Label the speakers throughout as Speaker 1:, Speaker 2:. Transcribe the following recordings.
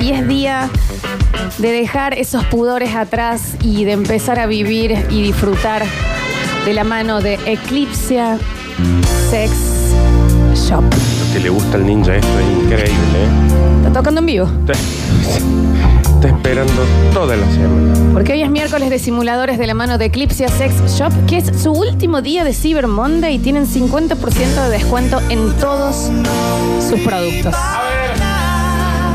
Speaker 1: y es día de dejar esos pudores atrás y de empezar a vivir y disfrutar de la mano de Eclipse Sex Shop.
Speaker 2: Lo que le gusta al ninja esto es increíble, ¿eh?
Speaker 1: Está tocando en vivo.
Speaker 2: Está, está esperando toda la semana.
Speaker 1: Porque hoy es miércoles de simuladores de la mano de Eclipse Sex Shop, que es su último día de Cyber Monday y tienen 50% de descuento en todos sus productos.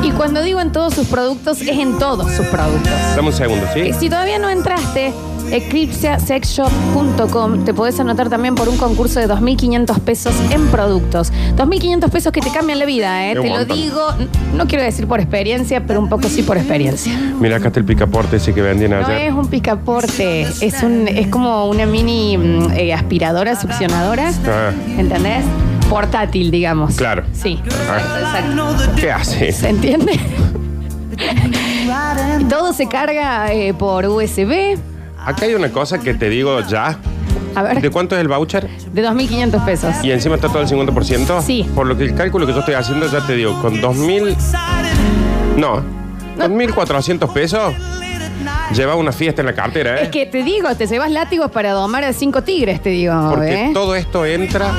Speaker 1: Y cuando digo en todos sus productos, es en todos sus productos.
Speaker 2: Dame un segundo, ¿sí?
Speaker 1: Eh, Si todavía no entraste, eclipsiasexshop.com te podés anotar también por un concurso de 2.500 pesos en productos. 2.500 pesos que te cambian la vida, ¿eh?
Speaker 2: Es un
Speaker 1: Te lo
Speaker 2: montón.
Speaker 1: digo, n- no quiero decir por experiencia, pero un poco sí por experiencia.
Speaker 2: Mira, acá está el picaporte ese que vendían
Speaker 1: No
Speaker 2: ayer.
Speaker 1: es un picaporte, es un es como una mini mm, eh, aspiradora, succionadora,
Speaker 2: Ah.
Speaker 1: ¿entendés? Portátil, digamos.
Speaker 2: Claro.
Speaker 1: Sí, exacto, exacto.
Speaker 2: ah. ¿Qué hace?
Speaker 1: ¿Se entiende? Todo se carga eh, por USB.
Speaker 2: Acá hay una cosa que te digo ya.
Speaker 1: A ver.
Speaker 2: ¿De cuánto es el voucher?
Speaker 1: De 2.500 pesos.
Speaker 2: Y encima está todo el 50%.
Speaker 1: Sí.
Speaker 2: Por lo que el cálculo que yo estoy haciendo, ya te digo, con 2.000... No. Con 1.400 pesos, lleva una fiesta en la cartera, ¿eh?
Speaker 1: Es que te digo, te llevas látigos para domar a cinco tigres, te digo.
Speaker 2: Porque
Speaker 1: ¿eh?
Speaker 2: todo esto entra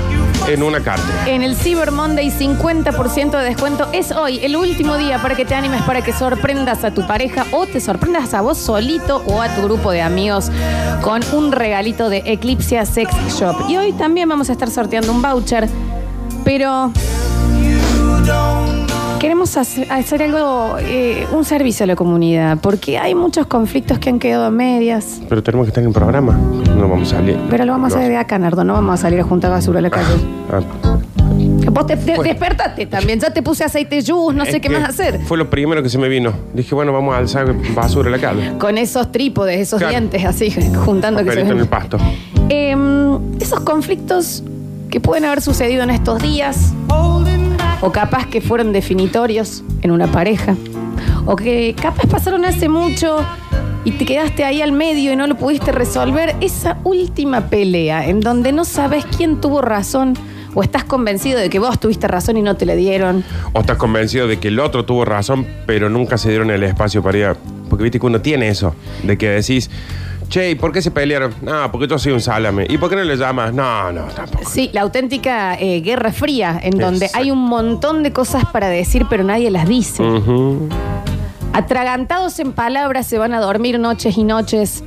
Speaker 2: en una cartera.
Speaker 1: En el Cyber Monday 50% de descuento es hoy, el último día para que te animes, para que sorprendas a tu pareja o te sorprendas a vos solito o a tu grupo de amigos con un regalito de Eclipse Sex Shop. Y hoy también vamos a estar sorteando un voucher, pero queremos hacer, hacer algo, eh, un servicio a la comunidad, porque hay muchos conflictos que han quedado a medias.
Speaker 2: Pero tenemos que estar en el programa. No vamos a salir.
Speaker 1: Pero lo vamos a hacer de acá, Nardo. No vamos a salir a juntar basura a la calle.
Speaker 2: Ah,
Speaker 1: Vos te, te-
Speaker 2: Bueno.
Speaker 1: despertate también. Ya te puse aceite yus, no
Speaker 2: es
Speaker 1: sé qué
Speaker 2: que
Speaker 1: más hacer.
Speaker 2: Fue lo primero que se me vino. Dije, bueno, vamos a alzar basura en la calle.
Speaker 1: Con esos trípodes, esos
Speaker 2: Claro.
Speaker 1: dientes así, juntando que se
Speaker 2: Perito en el
Speaker 1: ven.
Speaker 2: pasto.
Speaker 1: Em, esos conflictos que pueden haber sucedido en estos días, o capaz que fueron definitorios en una pareja, o que capaz pasaron hace mucho y te quedaste ahí al medio y no lo pudiste resolver, esa última pelea en donde no sabes quién tuvo razón. O estás convencido de que vos tuviste razón y no te la dieron.
Speaker 2: O estás convencido de que el otro tuvo razón, pero nunca se dieron el espacio para ir. a- Porque viste que uno tiene eso. De que decís, che, ¿y por qué se pelearon? No, porque yo soy un salame. ¿Y por qué no le llamas? No, no, tampoco.
Speaker 1: Sí, la auténtica eh, guerra fría, en donde
Speaker 2: Exacto.
Speaker 1: hay un montón de cosas para decir, pero nadie las dice.
Speaker 2: Ujú.
Speaker 1: Atragantados en palabras se van a dormir noches y noches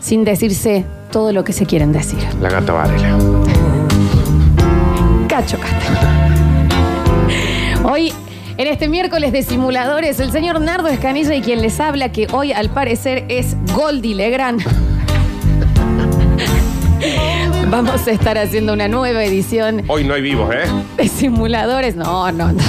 Speaker 1: sin decirse todo lo que se quieren decir.
Speaker 2: La gata Varela.
Speaker 1: Cacho Casta. Hoy, en este miércoles de simuladores, el señor Nardo Escanilla y quien les habla, que hoy al parecer es Goldie Legrand. Vamos a estar haciendo una nueva edición
Speaker 2: Hoy no hay vivos, ¿eh?
Speaker 1: de simuladores. No, no, no.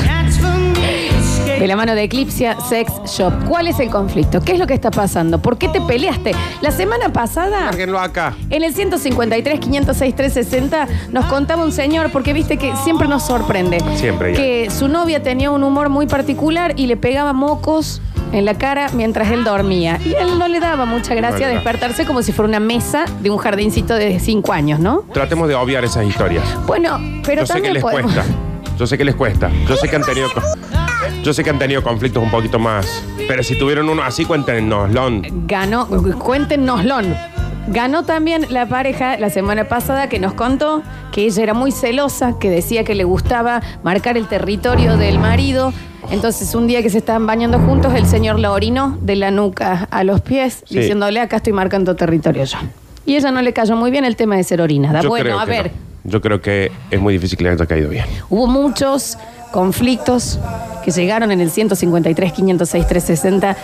Speaker 1: De la mano de Eclipse Sex Shop. ¿Cuál es el conflicto? ¿Qué es lo que está pasando? ¿Por qué te peleaste? La semana pasada,
Speaker 2: Márquenlo acá.
Speaker 1: en el 153, 506, 360, nos contaba un señor, porque viste que siempre nos sorprende.
Speaker 2: Siempre, ya.
Speaker 1: Que su novia tenía un humor muy particular y le pegaba mocos en la cara mientras él dormía. Y a él no le daba mucha gracia
Speaker 2: No le da.
Speaker 1: despertarse como si fuera una mesa de un jardincito de 5 años, ¿no?
Speaker 2: Tratemos de obviar esas historias.
Speaker 1: Bueno, pero
Speaker 2: yo sé que
Speaker 1: también
Speaker 2: les
Speaker 1: podemos-
Speaker 2: cuesta. Yo sé que les cuesta. Yo sé que han tenido. co- Yo sé que han tenido conflictos un poquito más. Pero si tuvieron uno así, cuéntenos, Lon.
Speaker 1: ganó, cuéntenoslo. Ganó también la pareja la semana pasada que nos contó que ella era muy celosa, que decía que le gustaba marcar el territorio del marido. Entonces, un día que se estaban bañando juntos, el señor la orinó de la nuca a los pies,
Speaker 2: Sí.
Speaker 1: diciéndole, acá estoy marcando territorio yo. Y ella no le cayó muy bien el tema de ser orinada.
Speaker 2: Yo creo
Speaker 1: bueno, a
Speaker 2: que
Speaker 1: ver,
Speaker 2: no. Yo creo que es muy difícil que le haya caído bien.
Speaker 1: hubo muchos conflictos que llegaron en el 153, 506, 360.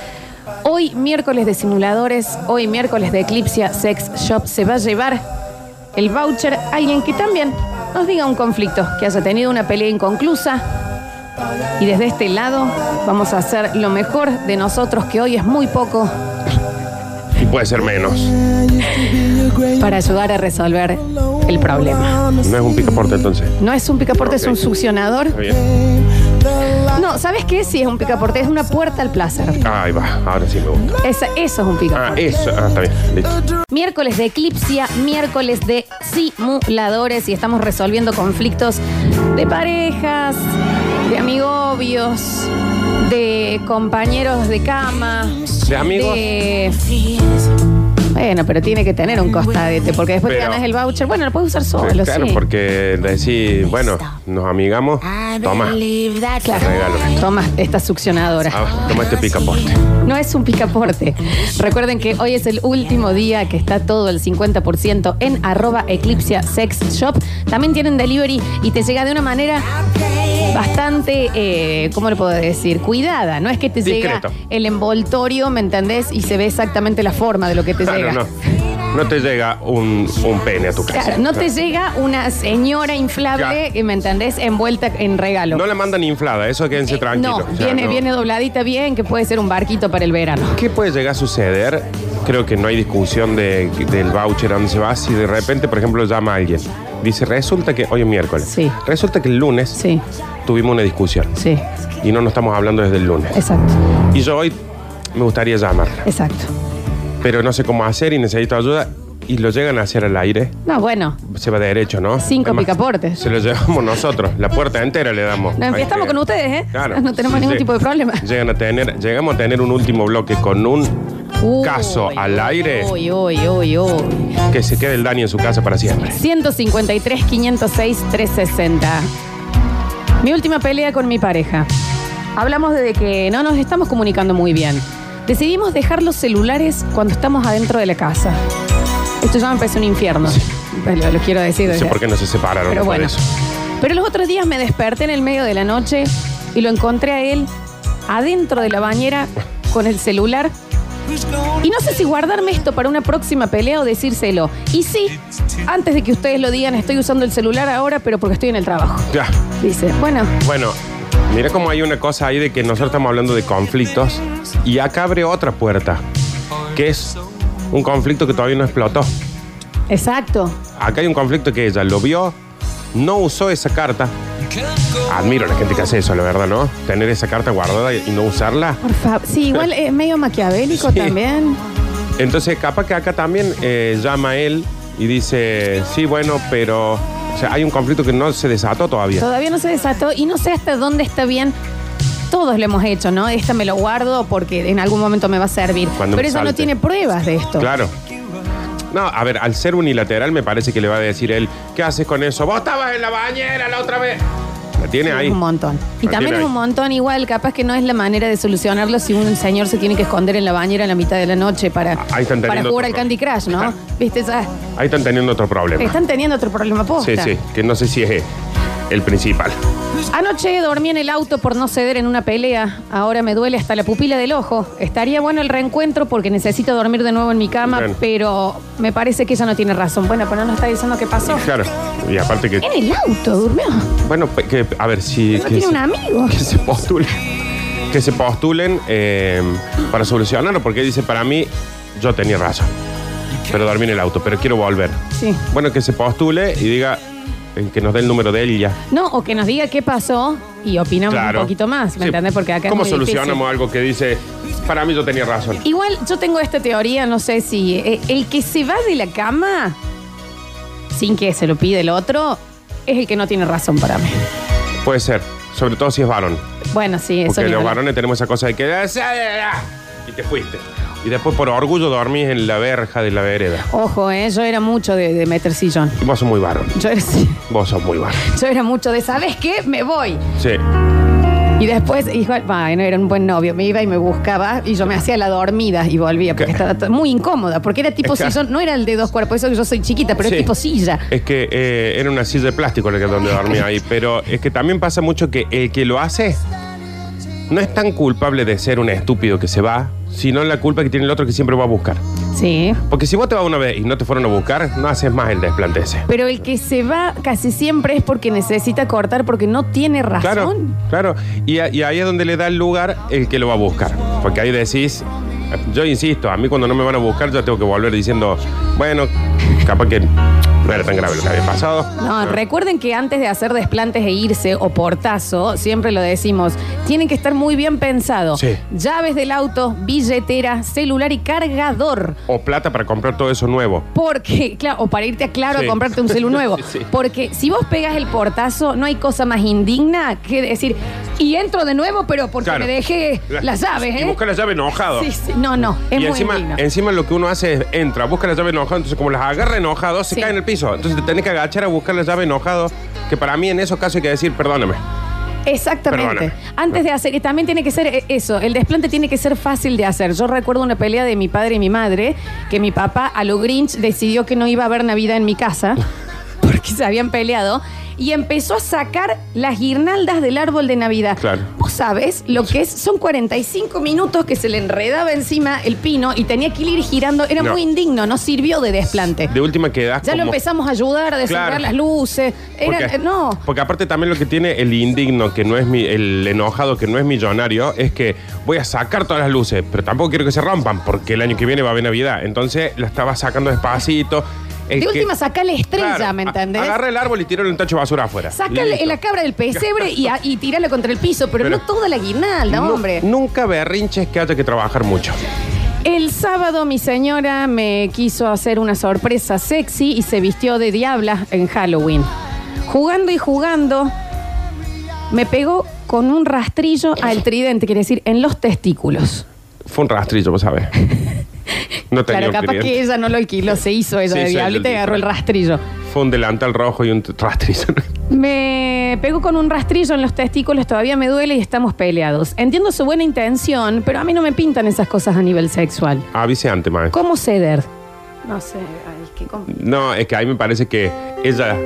Speaker 1: Hoy, miércoles de simuladores, hoy, miércoles de Eclipse Sex Shop, se va a llevar el voucher a alguien que también nos diga un conflicto, que haya tenido una pelea inconclusa. Y desde este lado vamos a hacer lo mejor de nosotros, que hoy es muy poco,
Speaker 2: Y puede ser menos.
Speaker 1: para ayudar a resolver el problema.
Speaker 2: No es un picaporte entonces.
Speaker 1: No es un picaporte, es un
Speaker 2: Ok.
Speaker 1: succionador.
Speaker 2: Está bien.
Speaker 1: No, ¿sabes qué? Sí, es un picaporte, es una puerta al placer.
Speaker 2: Ah, Ahí va. Ahora sí me gusta.
Speaker 1: Esa- eso es un pico.
Speaker 2: Ah, eso. Ah, está bien. Listo.
Speaker 1: Miércoles de eclipsia, miércoles de simuladores y estamos resolviendo conflictos de parejas, de amigobios, de compañeros de cama,
Speaker 2: De amigos.
Speaker 1: de- Bueno, pero tiene que tener un costadete, porque después te
Speaker 2: Pero-
Speaker 1: ganas el voucher. Bueno, lo puedes usar
Speaker 2: Sí,
Speaker 1: solo, sí.
Speaker 2: claro, porque decís, bueno, nos amigamos, toma,
Speaker 1: Claro.
Speaker 2: regalo.
Speaker 1: Toma esta succionadora.
Speaker 2: ah, toma este picaporte.
Speaker 1: No es un picaporte. Recuerden que hoy es el último día que está todo el 50% en arroba Eclipsia Sex Shop. También tienen delivery y te llega de una manera bastante, eh, ¿cómo le puedo decir? Cuidada. No es que te
Speaker 2: Discreto.
Speaker 1: llega el envoltorio, ¿me entendés? Y se ve exactamente la forma de lo que te
Speaker 2: Claro,
Speaker 1: llega.
Speaker 2: Ah, no. No te llega un, un pene a tu casa.
Speaker 1: Claro, no te llega una señora inflable, ¿me entendés? Envuelta en regalo.
Speaker 2: No la mandan inflada, eso quédense tranquilos.
Speaker 1: Eh, No,
Speaker 2: O sea,
Speaker 1: viene,
Speaker 2: no.
Speaker 1: viene dobladita bien, que puede ser un barquito para el verano.
Speaker 2: ¿Qué puede llegar a suceder? Creo que no hay discusión de- del voucher a dónde se va. Si de repente, por ejemplo, llama a alguien. Dice, resulta que hoy es miércoles.
Speaker 1: Sí.
Speaker 2: Resulta que el lunes
Speaker 1: Sí,
Speaker 2: tuvimos una discusión.
Speaker 1: sí,
Speaker 2: Y no nos estamos hablando desde el lunes.
Speaker 1: exacto,
Speaker 2: Y yo hoy me gustaría llamarla.
Speaker 1: exacto.
Speaker 2: Pero no sé cómo hacer y necesito ayuda. Y lo llegan a hacer al aire.
Speaker 1: No, bueno,
Speaker 2: Se va derecho, ¿no?
Speaker 1: Cinco picaportes.
Speaker 2: Se lo llevamos nosotros. La puerta entera le damos.
Speaker 1: nos
Speaker 2: estamos
Speaker 1: enfiestamos con ustedes, ¿eh?
Speaker 2: Claro.
Speaker 1: No tenemos
Speaker 2: Sí,
Speaker 1: ningún
Speaker 2: sí.
Speaker 1: tipo de problema.
Speaker 2: Llegan a tener, llegamos a tener un último bloque con un
Speaker 1: Uy,
Speaker 2: caso al aire.
Speaker 1: Uy, uy, uy, uy.
Speaker 2: que se quede el Dani en su casa para siempre.
Speaker 1: 153, 506, 360. Mi última pelea con mi pareja. Hablamos de que no nos estamos comunicando muy bien. Decidimos dejar los celulares cuando estamos adentro de la casa. Esto ya me parece un infierno. Lo, lo quiero decir.
Speaker 2: No sé
Speaker 1: desde-
Speaker 2: por qué no se separaron.
Speaker 1: Pero
Speaker 2: por
Speaker 1: bueno.
Speaker 2: eso.
Speaker 1: Pero los otros días me desperté en el medio de la noche y lo encontré a él adentro de la bañera con el celular. Y no sé si guardarme esto para una próxima pelea o decírselo. Y sí, antes de que ustedes lo digan, estoy usando el celular ahora, pero porque estoy en el trabajo.
Speaker 2: Ya.
Speaker 1: Dice, bueno,
Speaker 2: Bueno, mira cómo hay una cosa ahí de que nosotros estamos hablando de conflictos y acá abre otra puerta, que es un conflicto que todavía no explotó.
Speaker 1: exacto.
Speaker 2: Acá hay un conflicto que ella lo vio, no usó esa carta. Admiro a la gente que hace eso, la verdad, ¿no? Tener esa carta guardada y no usarla.
Speaker 1: Por favor. Sí, igual es medio maquiavélico
Speaker 2: Sí.
Speaker 1: también.
Speaker 2: Entonces, capaz que acá también eh, llama a él y dice, sí, bueno, pero o sea, hay un conflicto que no se desató todavía.
Speaker 1: Todavía no se desató y no sé hasta dónde está bien. Todos lo hemos hecho, ¿no? Esta me lo guardo porque en algún momento me va a servir.
Speaker 2: Cuando
Speaker 1: Pero
Speaker 2: me
Speaker 1: ella no
Speaker 2: salte.
Speaker 1: tiene pruebas de esto.
Speaker 2: Claro. No, a ver, al ser unilateral me parece que le va a decir él, ¿qué haces con eso? Vos estabas en la bañera la otra vez. La tiene
Speaker 1: Sí,
Speaker 2: ahí.
Speaker 1: Es un montón. Y
Speaker 2: La
Speaker 1: también
Speaker 2: tiene
Speaker 1: es un
Speaker 2: ahí.
Speaker 1: montón igual, capaz que no es la manera de solucionarlo si un señor se tiene que esconder en la bañera en la mitad de la noche para,
Speaker 2: Ah, Ahí están
Speaker 1: para
Speaker 2: teniendo
Speaker 1: jugar
Speaker 2: otro
Speaker 1: al Candy Crush, ¿no?
Speaker 2: Claro.
Speaker 1: Viste, ya
Speaker 2: Ahí están teniendo otro problema.
Speaker 1: están teniendo otro problema posta.
Speaker 2: sí, sí, que no sé si es el principal.
Speaker 1: Anoche dormí en el auto por no ceder en una pelea. Ahora me duele hasta la pupila del ojo. Estaría bueno el reencuentro porque necesito dormir de nuevo en mi cama,
Speaker 2: Bueno.
Speaker 1: pero me parece que ella no tiene razón. Bueno, pero no nos está diciendo qué pasó.
Speaker 2: Claro. Y aparte que,
Speaker 1: En el auto durmió.
Speaker 2: bueno, pe- que, a ver, si...
Speaker 1: No
Speaker 2: que
Speaker 1: tiene
Speaker 2: se-
Speaker 1: un amigo.
Speaker 2: que se postulen. Que se postulen eh, para solucionarlo, porque dice, para mí, yo tenía razón. Pero dormí en el auto, pero quiero volver.
Speaker 1: Sí.
Speaker 2: Bueno, que se postule y diga eh, que nos dé el número de él y ya.
Speaker 1: No, o que nos diga qué pasó y opinamos
Speaker 2: Claro.
Speaker 1: un poquito más, ¿me
Speaker 2: Sí.
Speaker 1: entendés? Porque acá es
Speaker 2: ¿Cómo
Speaker 1: muy
Speaker 2: solucionamos
Speaker 1: difícil.
Speaker 2: algo que dice, para mí yo tenía razón?
Speaker 1: Igual yo tengo esta teoría, no sé si eh, el que se va de la cama sin que se lo pide el otro es el que no tiene razón para mí.
Speaker 2: Puede ser, sobre todo si es varón.
Speaker 1: Bueno, sí, eso
Speaker 2: porque
Speaker 1: ni
Speaker 2: los
Speaker 1: hablar.
Speaker 2: varones tenemos esa cosa de que... Y te fuiste. Y después por orgullo dormís en la verja de la vereda.
Speaker 1: Ojo, eh, yo era mucho de, de meter sillón.
Speaker 2: Y vos sos muy varón.
Speaker 1: Yo era,
Speaker 2: Vos sos muy varón.
Speaker 1: yo era mucho de, ¿sabes qué? Me voy.
Speaker 2: Sí.
Speaker 1: Y después, igual, no era un buen novio. Me iba y me buscaba y yo me hacía la dormida y volvía porque
Speaker 2: ¿Qué?
Speaker 1: estaba to- muy incómoda. Porque era tipo
Speaker 2: Es que-
Speaker 1: sillón, no era el de dos cuerpos, eso que yo soy chiquita, pero
Speaker 2: Sí.
Speaker 1: es tipo silla.
Speaker 2: Es que eh, era una silla de plástico la que donde dormía ahí, pero es que también pasa mucho que el que lo hace no es tan culpable de ser un estúpido que se va, sino la culpa que tiene el otro que siempre va a buscar.
Speaker 1: Sí.
Speaker 2: Porque si vos te vas una vez y no te fueron a buscar, no haces más el desplante ese.
Speaker 1: Pero el que se va casi siempre es porque necesita cortar, porque no tiene razón.
Speaker 2: Claro, claro. Y, a- y ahí es donde le da el lugar el que lo va a buscar. Porque ahí decís, yo insisto, a mí cuando no me van a buscar, yo tengo que volver diciendo, bueno, capaz que no era tan grave lo que había pasado.
Speaker 1: No, recuerden que antes de hacer desplantes e irse o portazo, siempre lo decimos, Tienen que estar muy bien pensado.
Speaker 2: Sí.
Speaker 1: Llaves del auto, billetera, celular y cargador.
Speaker 2: O plata para comprar todo eso nuevo.
Speaker 1: Porque, claro, o para irte a Claro
Speaker 2: Sí.
Speaker 1: a comprarte un celu nuevo.
Speaker 2: Sí, sí.
Speaker 1: Porque si vos pegas el portazo, no hay cosa más indigna que decir, y entro de nuevo, pero porque
Speaker 2: Claro.
Speaker 1: me dejé las llaves,
Speaker 2: Y
Speaker 1: ¿eh?
Speaker 2: busca la llave enojado.
Speaker 1: Sí, sí. No, no, es
Speaker 2: y
Speaker 1: muy
Speaker 2: encima,
Speaker 1: indigno.
Speaker 2: encima lo que uno hace es entra, busca la llave enojado, entonces como las agarra enojado, se
Speaker 1: Sí.
Speaker 2: cae en el piso. Entonces te tenés que agachar a buscar la llave enojado, que para mí en esos casos hay que decir, perdóname.
Speaker 1: Exactamente.
Speaker 2: Perdóname.
Speaker 1: Antes de hacer, y también tiene que ser eh, eso, el desplante tiene que ser fácil de hacer. Yo recuerdo una pelea de mi padre y mi madre, que mi papá a lo Grinch decidió que no iba a haber Navidad en mi casa, porque se habían peleado, y empezó a sacar las guirnaldas del árbol de Navidad.
Speaker 2: Claro.
Speaker 1: Vos sabés lo que es, son 45 minutos que se le enredaba encima el pino y tenía que ir girando, era
Speaker 2: No.
Speaker 1: muy indigno, no sirvió de desplante.
Speaker 2: De última quedás
Speaker 1: ya lo
Speaker 2: como-
Speaker 1: empezamos a ayudar a desarmar
Speaker 2: Claro.
Speaker 1: las luces. Era-
Speaker 2: Porque-
Speaker 1: eh, no.
Speaker 2: Porque aparte también lo que tiene el indigno, que no es mi, el enojado, que no es millonario, es que voy a sacar todas las luces, pero tampoco quiero que se rompan, porque el año que viene va a haber Navidad. Entonces la estaba sacando despacito. El
Speaker 1: De
Speaker 2: que-
Speaker 1: última, saca la estrella,
Speaker 2: Claro,
Speaker 1: ¿me
Speaker 2: a-
Speaker 1: entendés?
Speaker 2: Agarra el árbol y tíralo en un tacho de basura afuera.
Speaker 1: Saca el-
Speaker 2: Listo.
Speaker 1: la cabra del pesebre y, a- y tíralo contra el piso, pero,
Speaker 2: Pero-
Speaker 1: no toda la guirnalda,
Speaker 2: Nu-
Speaker 1: hombre.
Speaker 2: Nunca berrinches que haya que trabajar mucho.
Speaker 1: El sábado mi señora me quiso hacer una sorpresa sexy y se vistió de diabla en Halloween. Jugando y jugando, me pegó con un rastrillo al tridente, quiere decir, en los testículos.
Speaker 2: Fue un rastrillo, vos sabés. No tenía
Speaker 1: Claro,
Speaker 2: un
Speaker 1: capaz
Speaker 2: cliente.
Speaker 1: que ella no lo alquiló, se hizo ella
Speaker 2: Sí,
Speaker 1: de
Speaker 2: sí,
Speaker 1: diabla y te
Speaker 2: el-
Speaker 1: agarró el rastrillo.
Speaker 2: Fue un delantal rojo y un t- rastrillo.
Speaker 1: Me pegó con un rastrillo en los testículos, todavía me duele y estamos peleados. Entiendo su buena intención, pero a mí no me pintan esas cosas a nivel sexual.
Speaker 2: Avise antes, man.
Speaker 1: ¿Cómo ceder? No sé, ay, es que com-
Speaker 2: No, es que a mí me parece que ella,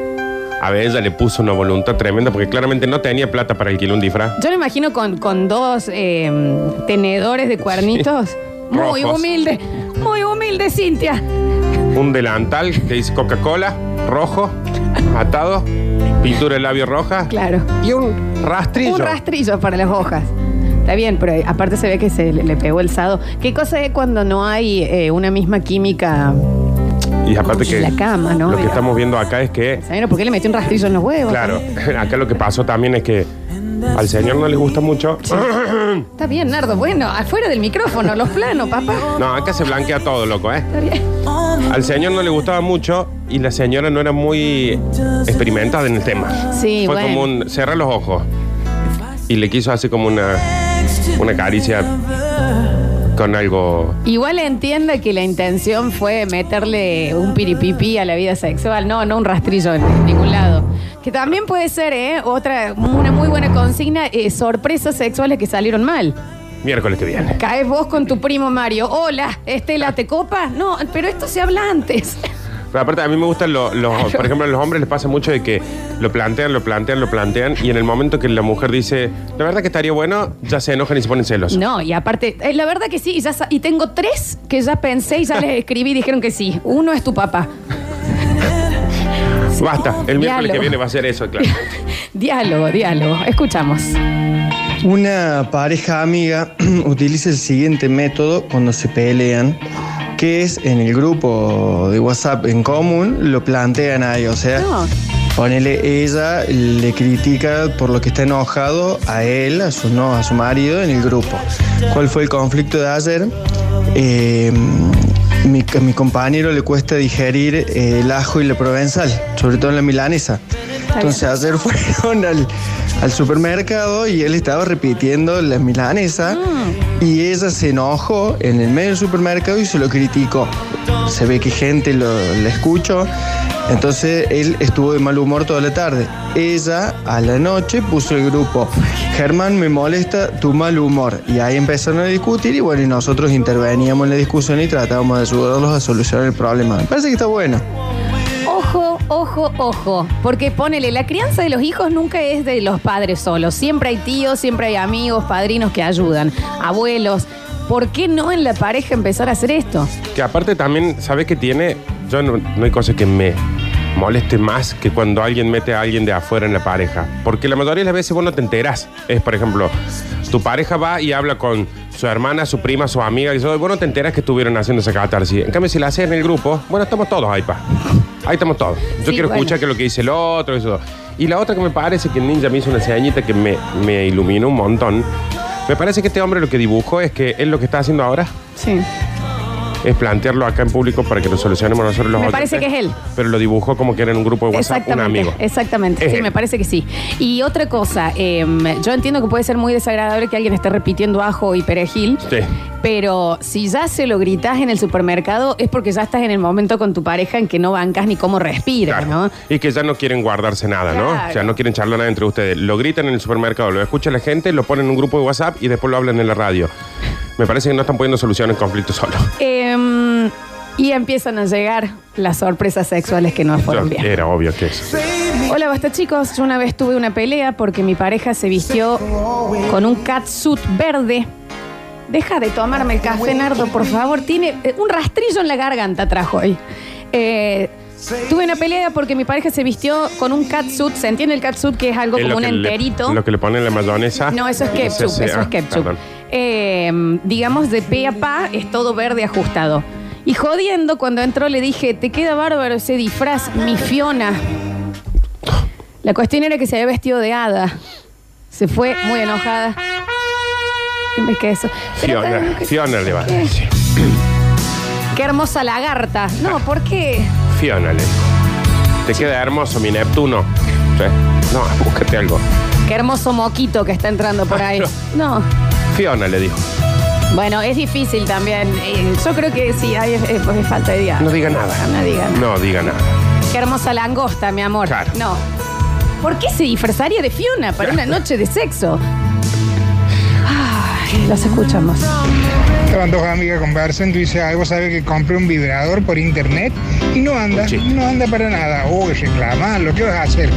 Speaker 2: a ver, ella le puso una voluntad tremenda porque claramente no tenía plata para alquilar un disfraz.
Speaker 1: Yo lo imagino con, con dos eh, tenedores de cuernitos. Muy
Speaker 2: Rojos.
Speaker 1: humilde, muy humilde, Cintia.
Speaker 2: Un delantal que dice Coca-Cola, rojo, atado, pintura de labio roja
Speaker 1: Claro.
Speaker 2: y un rastrillo.
Speaker 1: Un rastrillo para las hojas. Está bien, pero eh, aparte se ve que se le, le pegó el sado. ¿Qué cosa es cuando no hay eh, una misma química?
Speaker 2: y aparte
Speaker 1: Uy,
Speaker 2: que
Speaker 1: la cama, ¿no?
Speaker 2: lo que
Speaker 1: Mira.
Speaker 2: estamos viendo acá es que
Speaker 1: Señora, ¿por qué le metió un rastrillo en los huevos?
Speaker 2: Claro, acá lo que pasó también es que al señor no le gusta mucho.
Speaker 1: Está bien, Nardo. Bueno, afuera del micrófono, los planos, papá.
Speaker 2: No, acá se blanquea todo, loco, ¿eh?
Speaker 1: Está bien.
Speaker 2: Al señor no le gustaba mucho y la señora no era muy experimentada en el tema.
Speaker 1: Sí,
Speaker 2: Fue
Speaker 1: bueno.
Speaker 2: como un cerrar los ojos y le quiso hacer como una, una caricia con algo.
Speaker 1: Igual entienda que la intención fue meterle un piripipí a la vida sexual. No, no un rastrillo en ningún lado. Que también puede ser, ¿eh? Otra, una muy buena consigna, eh, sorpresas sexuales que salieron mal.
Speaker 2: Miércoles que viene.
Speaker 1: Caes vos con tu primo Mario. Hola, Estela, ¿te copa? No, pero esto se habla antes.
Speaker 2: Pero aparte, a mí me gustan los. los- Por ejemplo, a los hombres les pasa mucho de que lo plantean, lo plantean, lo plantean y en el momento que la mujer dice, la verdad que estaría bueno, ya se enojan y se ponen celos.
Speaker 1: No, y aparte, eh, la verdad que sí, y, ya sa- y tengo tres que ya pensé y ya les escribí y dijeron que sí. Uno es tu papá.
Speaker 2: Basta, el miércoles que
Speaker 1: Diálogo.
Speaker 2: viene va a ser eso, claro.
Speaker 1: Diálogo, diálogo. Escuchamos.
Speaker 3: Una pareja amiga utiliza el siguiente método cuando se pelean, que es en el grupo de WhatsApp en común, lo plantean ahí, o sea,
Speaker 1: No.
Speaker 3: ponele ella le critica por lo que está enojado a él, a su no, a su marido en el grupo. ¿Cuál fue el conflicto de ayer? Eh, mi, a mi compañero le cuesta digerir eh, el ajo y la provenzal, sobre todo en la milanesa. Entonces ayer fueron al, al supermercado y él estaba repitiendo la milanesa y ella se enojó en el medio del supermercado y se lo criticó. Se ve que gente lo, la escuchó. Entonces él estuvo de mal humor toda la tarde. Ella a la noche puso el grupo, Germán me molesta tu mal humor. Y ahí empezaron a discutir y bueno, y nosotros interveníamos en la discusión y tratábamos de ayudarlos a solucionar el problema. Me parece que está bueno.
Speaker 1: Ojo, ojo, ojo. Porque ponele, la crianza de los hijos nunca es de los padres solos. Siempre hay tíos, siempre hay amigos, padrinos que ayudan, abuelos. ¿Por qué no en la pareja empezar a hacer esto?
Speaker 2: Que aparte también, ¿sabes qué tiene? Yo no, no hay cosa que me moleste más que cuando alguien mete a alguien de afuera en la pareja. Porque la mayoría de las veces vos no te enterás. Es, por ejemplo, tu pareja va y habla con su hermana, su prima, su amiga, y eso, y vos no te enteras que estuvieron haciendo esa catarsis. En cambio, si la haces en el grupo, bueno, estamos todos ahí, pa. Ahí estamos todos. Yo
Speaker 1: Sí,
Speaker 2: quiero
Speaker 1: bueno.
Speaker 2: escuchar que lo que dice el otro, eso. Y la otra que me parece que el ninja me hizo una señita que me, me iluminó un montón. Me parece que este hombre lo que dibujó es que él lo que está haciendo ahora
Speaker 1: Sí.
Speaker 2: es plantearlo acá en público para que lo solucionemos nosotros los
Speaker 1: Me parece
Speaker 2: oyentes,
Speaker 1: que es él.
Speaker 2: Pero lo dibujó como que era en un grupo de WhatsApp un
Speaker 1: Exactamente,
Speaker 2: amigo. Eh.
Speaker 1: exactamente.
Speaker 2: Es
Speaker 1: sí,
Speaker 2: él.
Speaker 1: me parece que sí. Y otra cosa, eh, yo entiendo que puede ser muy desagradable que alguien esté repitiendo ajo y perejil.
Speaker 2: Sí.
Speaker 1: Pero si ya se lo gritas en el supermercado es porque ya estás en el momento con tu pareja en que no bancas ni cómo respiras,
Speaker 2: Claro.
Speaker 1: ¿no?
Speaker 2: Y que ya no quieren guardarse nada, ¿no?
Speaker 1: Claro.
Speaker 2: O sea, no quieren charlar nada entre ustedes. Lo gritan en el supermercado, lo escucha la gente, lo ponen en un grupo de WhatsApp y después lo hablan en la radio. Me parece que no están pudiendo solucionar el conflicto solo.
Speaker 1: Em, y empiezan a llegar las sorpresas sexuales que no fueron
Speaker 2: Yo-
Speaker 1: bien.
Speaker 2: Era obvio que eso.
Speaker 1: Hola, basta chicos. Yo una vez tuve una pelea porque mi pareja se vistió con un catsuit verde. Deja de tomarme el café, Nardo, por favor. Tiene eh, un rastrillo en la garganta, trajo hoy. Eh, tuve una pelea porque mi pareja se vistió con un catsuit. ¿Se entiende el catsuit que es algo
Speaker 2: Es
Speaker 1: como
Speaker 2: lo
Speaker 1: un
Speaker 2: que le-
Speaker 1: enterito?
Speaker 2: lo que le ponen la mayonesa.
Speaker 1: No, eso es
Speaker 2: Y
Speaker 1: ketchup,
Speaker 2: se-
Speaker 1: eso es
Speaker 2: ah,
Speaker 1: ketchup.
Speaker 2: perdón.
Speaker 1: Eh, digamos, de pe a pa es todo verde ajustado. Y jodiendo, cuando entró le dije, te queda bárbaro ese disfraz, mi Fiona. La cuestión era que se había vestido de hada. Se fue muy enojada. Y me quedé eso. Pero
Speaker 2: Fiona,
Speaker 1: también que-
Speaker 2: Fiona le va a
Speaker 1: ¿Qué?
Speaker 2: decir.
Speaker 1: Qué hermosa lagarta. No, ¿por qué?
Speaker 2: Fiona le dijo. Te queda hermoso mi Neptuno. Sí. No, búscate algo.
Speaker 1: Qué hermoso moquito que está entrando por ahí. No.
Speaker 2: Fiona le dijo.
Speaker 1: Bueno, es difícil también. Eh, Yo creo que sí, hay, es, es- es falta de diálogo.
Speaker 2: No diga nada.
Speaker 1: No diga nada.
Speaker 2: No diga nada.
Speaker 1: Qué hermosa langosta, mi amor.
Speaker 2: Claro.
Speaker 1: No. ¿Por qué se disfrazaría de Fiona para una noche de sexo? Ay, los escuchamos.
Speaker 4: Estaban dos amigas conversando y dice, ay, vos sabés que compré un vibrador por internet y no anda,
Speaker 2: Sí.
Speaker 4: no anda para nada. Uy, reclamar, lo que vas a hacer.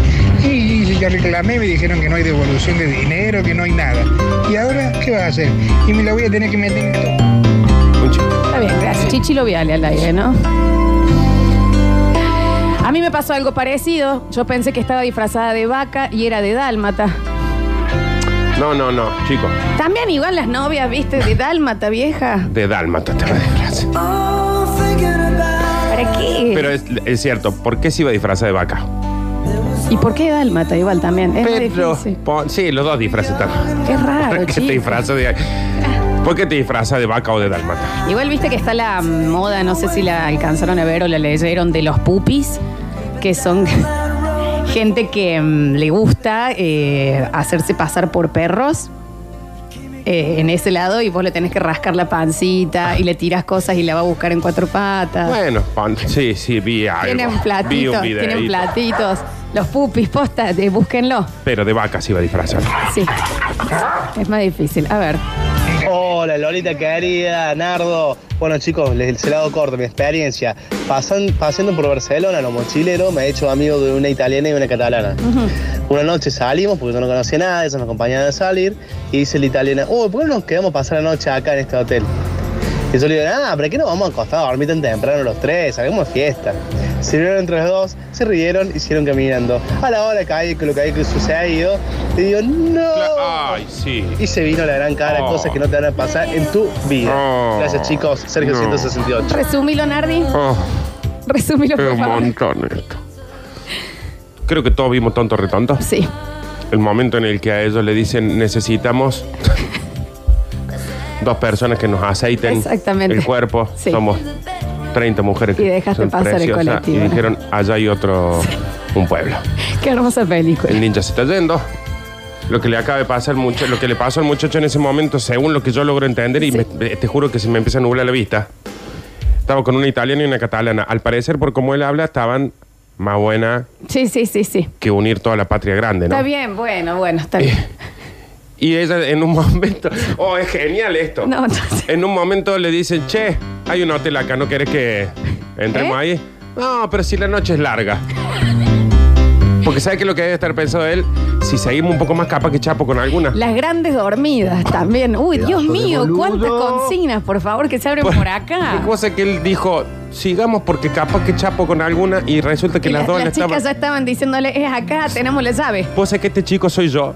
Speaker 4: Y dice, yo reclamé, me dijeron que no hay devolución de dinero, que no hay nada. ¿Y ahora qué vas a hacer? Y me lo voy a tener que meter en esto.
Speaker 2: Un chico.
Speaker 1: Está bien, gracias. Chichi lo viale al aire, ¿no? A mí me pasó algo parecido. Yo pensé que estaba disfrazada de vaca y era de dálmata.
Speaker 2: No, no, no, chico.
Speaker 1: También igual las novias, viste, de dálmata, vieja.
Speaker 2: De Dálmata te va a disfrazar.
Speaker 1: ¿Para qué?
Speaker 2: Pero es, es cierto, ¿por qué se iba a disfrazar de vaca?
Speaker 1: ¿Y por qué dálmata igual también? Es re
Speaker 2: Pero,
Speaker 1: difícil.
Speaker 2: pon- sí, los dos disfraces están.
Speaker 1: Qué raro,
Speaker 2: ¿Por qué
Speaker 1: chico.
Speaker 2: te disfrazas de ¿Por qué te disfrazas de vaca o de dálmata?
Speaker 1: Igual viste que está la moda, no sé si la alcanzaron a ver o la leyeron, de los pupis, que son gente que mm, le gusta eh, hacerse pasar por perros. eh, en ese lado y vos le tenés que rascar la pancita y le tirás cosas y la va a buscar en cuatro patas.
Speaker 2: Bueno, pon- sí, sí, vi algo.
Speaker 1: tienen
Speaker 2: Vi
Speaker 1: platitos,
Speaker 2: un
Speaker 1: tienen
Speaker 2: videíto.
Speaker 1: platitos. Los pupis, posta, eh, búsquenlo.
Speaker 2: Pero de vaca se iba a disfrazar.
Speaker 1: Sí. Es más difícil. A ver.
Speaker 5: Hola Lolita querida, Nardo. Bueno chicos, les se la hago corto, mi experiencia. Pasan, paseando por Barcelona, los mochileros, me he hecho amigo de una italiana y una catalana. Una noche salimos, porque yo no conocía nada, ellos me acompañaban a salir, y dice la italiana, uy, ¿por qué no nos quedamos a pasar la noche acá en este hotel? Y yo le digo, ah, ¿pero qué nos vamos a acostar a dormir tan temprano los tres? Hagamos fiesta. Se vieron entre los dos, se rieron y siguieron caminando. A la hora caí con lo que había que sucedido, y digo, no.
Speaker 2: Cla- Ay, sí.
Speaker 5: Y se vino la gran cara,
Speaker 2: Oh.
Speaker 5: cosas que no te van a pasar en tu vida.
Speaker 2: Oh.
Speaker 5: Gracias chicos, Sergio
Speaker 2: No.
Speaker 5: 168.
Speaker 1: Resumilo, Nardi.
Speaker 2: Oh,
Speaker 1: Resumilo,
Speaker 2: qué
Speaker 1: por favor.
Speaker 2: montón esto. Creo que todos vimos tonto retonto.
Speaker 1: Sí.
Speaker 2: El momento en el que a ellos le dicen necesitamos dos personas que nos aceiten
Speaker 1: Exactamente.
Speaker 2: el cuerpo.
Speaker 1: Sí.
Speaker 2: Somos 30 mujeres
Speaker 1: Y dejaste
Speaker 2: son
Speaker 1: pasar el
Speaker 2: preciosas.
Speaker 1: colectivo,
Speaker 2: Y
Speaker 1: ¿no?
Speaker 2: dijeron, allá hay otro, un pueblo.
Speaker 1: Qué hermosa película.
Speaker 2: El ninja se está yendo. Lo que le acaba de pasar mucho, lo que le pasó al muchacho en ese momento, según lo que yo logro entender, y
Speaker 1: Sí.
Speaker 2: me- eh, te juro que se me empieza a nublar la vista. Estaba con una italiana y una catalana. Al parecer, por cómo él habla, estaban más buenas
Speaker 1: Sí, sí, sí, sí.
Speaker 2: que unir toda la patria grande, ¿no? Eh.
Speaker 1: Está bien, bueno, bueno, está bien.
Speaker 2: Y ella en un momento, oh, es genial esto.
Speaker 1: No, no sé.
Speaker 2: En un momento le dicen, che, hay un hotel acá, ¿no querés que entremos
Speaker 1: ¿Eh?
Speaker 2: ahí? No, pero si la noche es larga. Porque sabe que lo que debe estar pensando él, si seguimos un poco más capa que chapo con alguna.
Speaker 1: Las grandes dormidas también. Uy, Dios mío, cuántas consignas, por favor, que se abren por acá.
Speaker 2: Pues, Qué cosa que él dijo, sigamos porque capaz que chapo con alguna y resulta que
Speaker 1: Y
Speaker 2: las
Speaker 1: la-
Speaker 2: dos le
Speaker 1: las chicas
Speaker 2: estaban.
Speaker 1: ya estaban diciéndole, es acá, tenemos la llave.
Speaker 2: Vos sabés que este chico soy yo.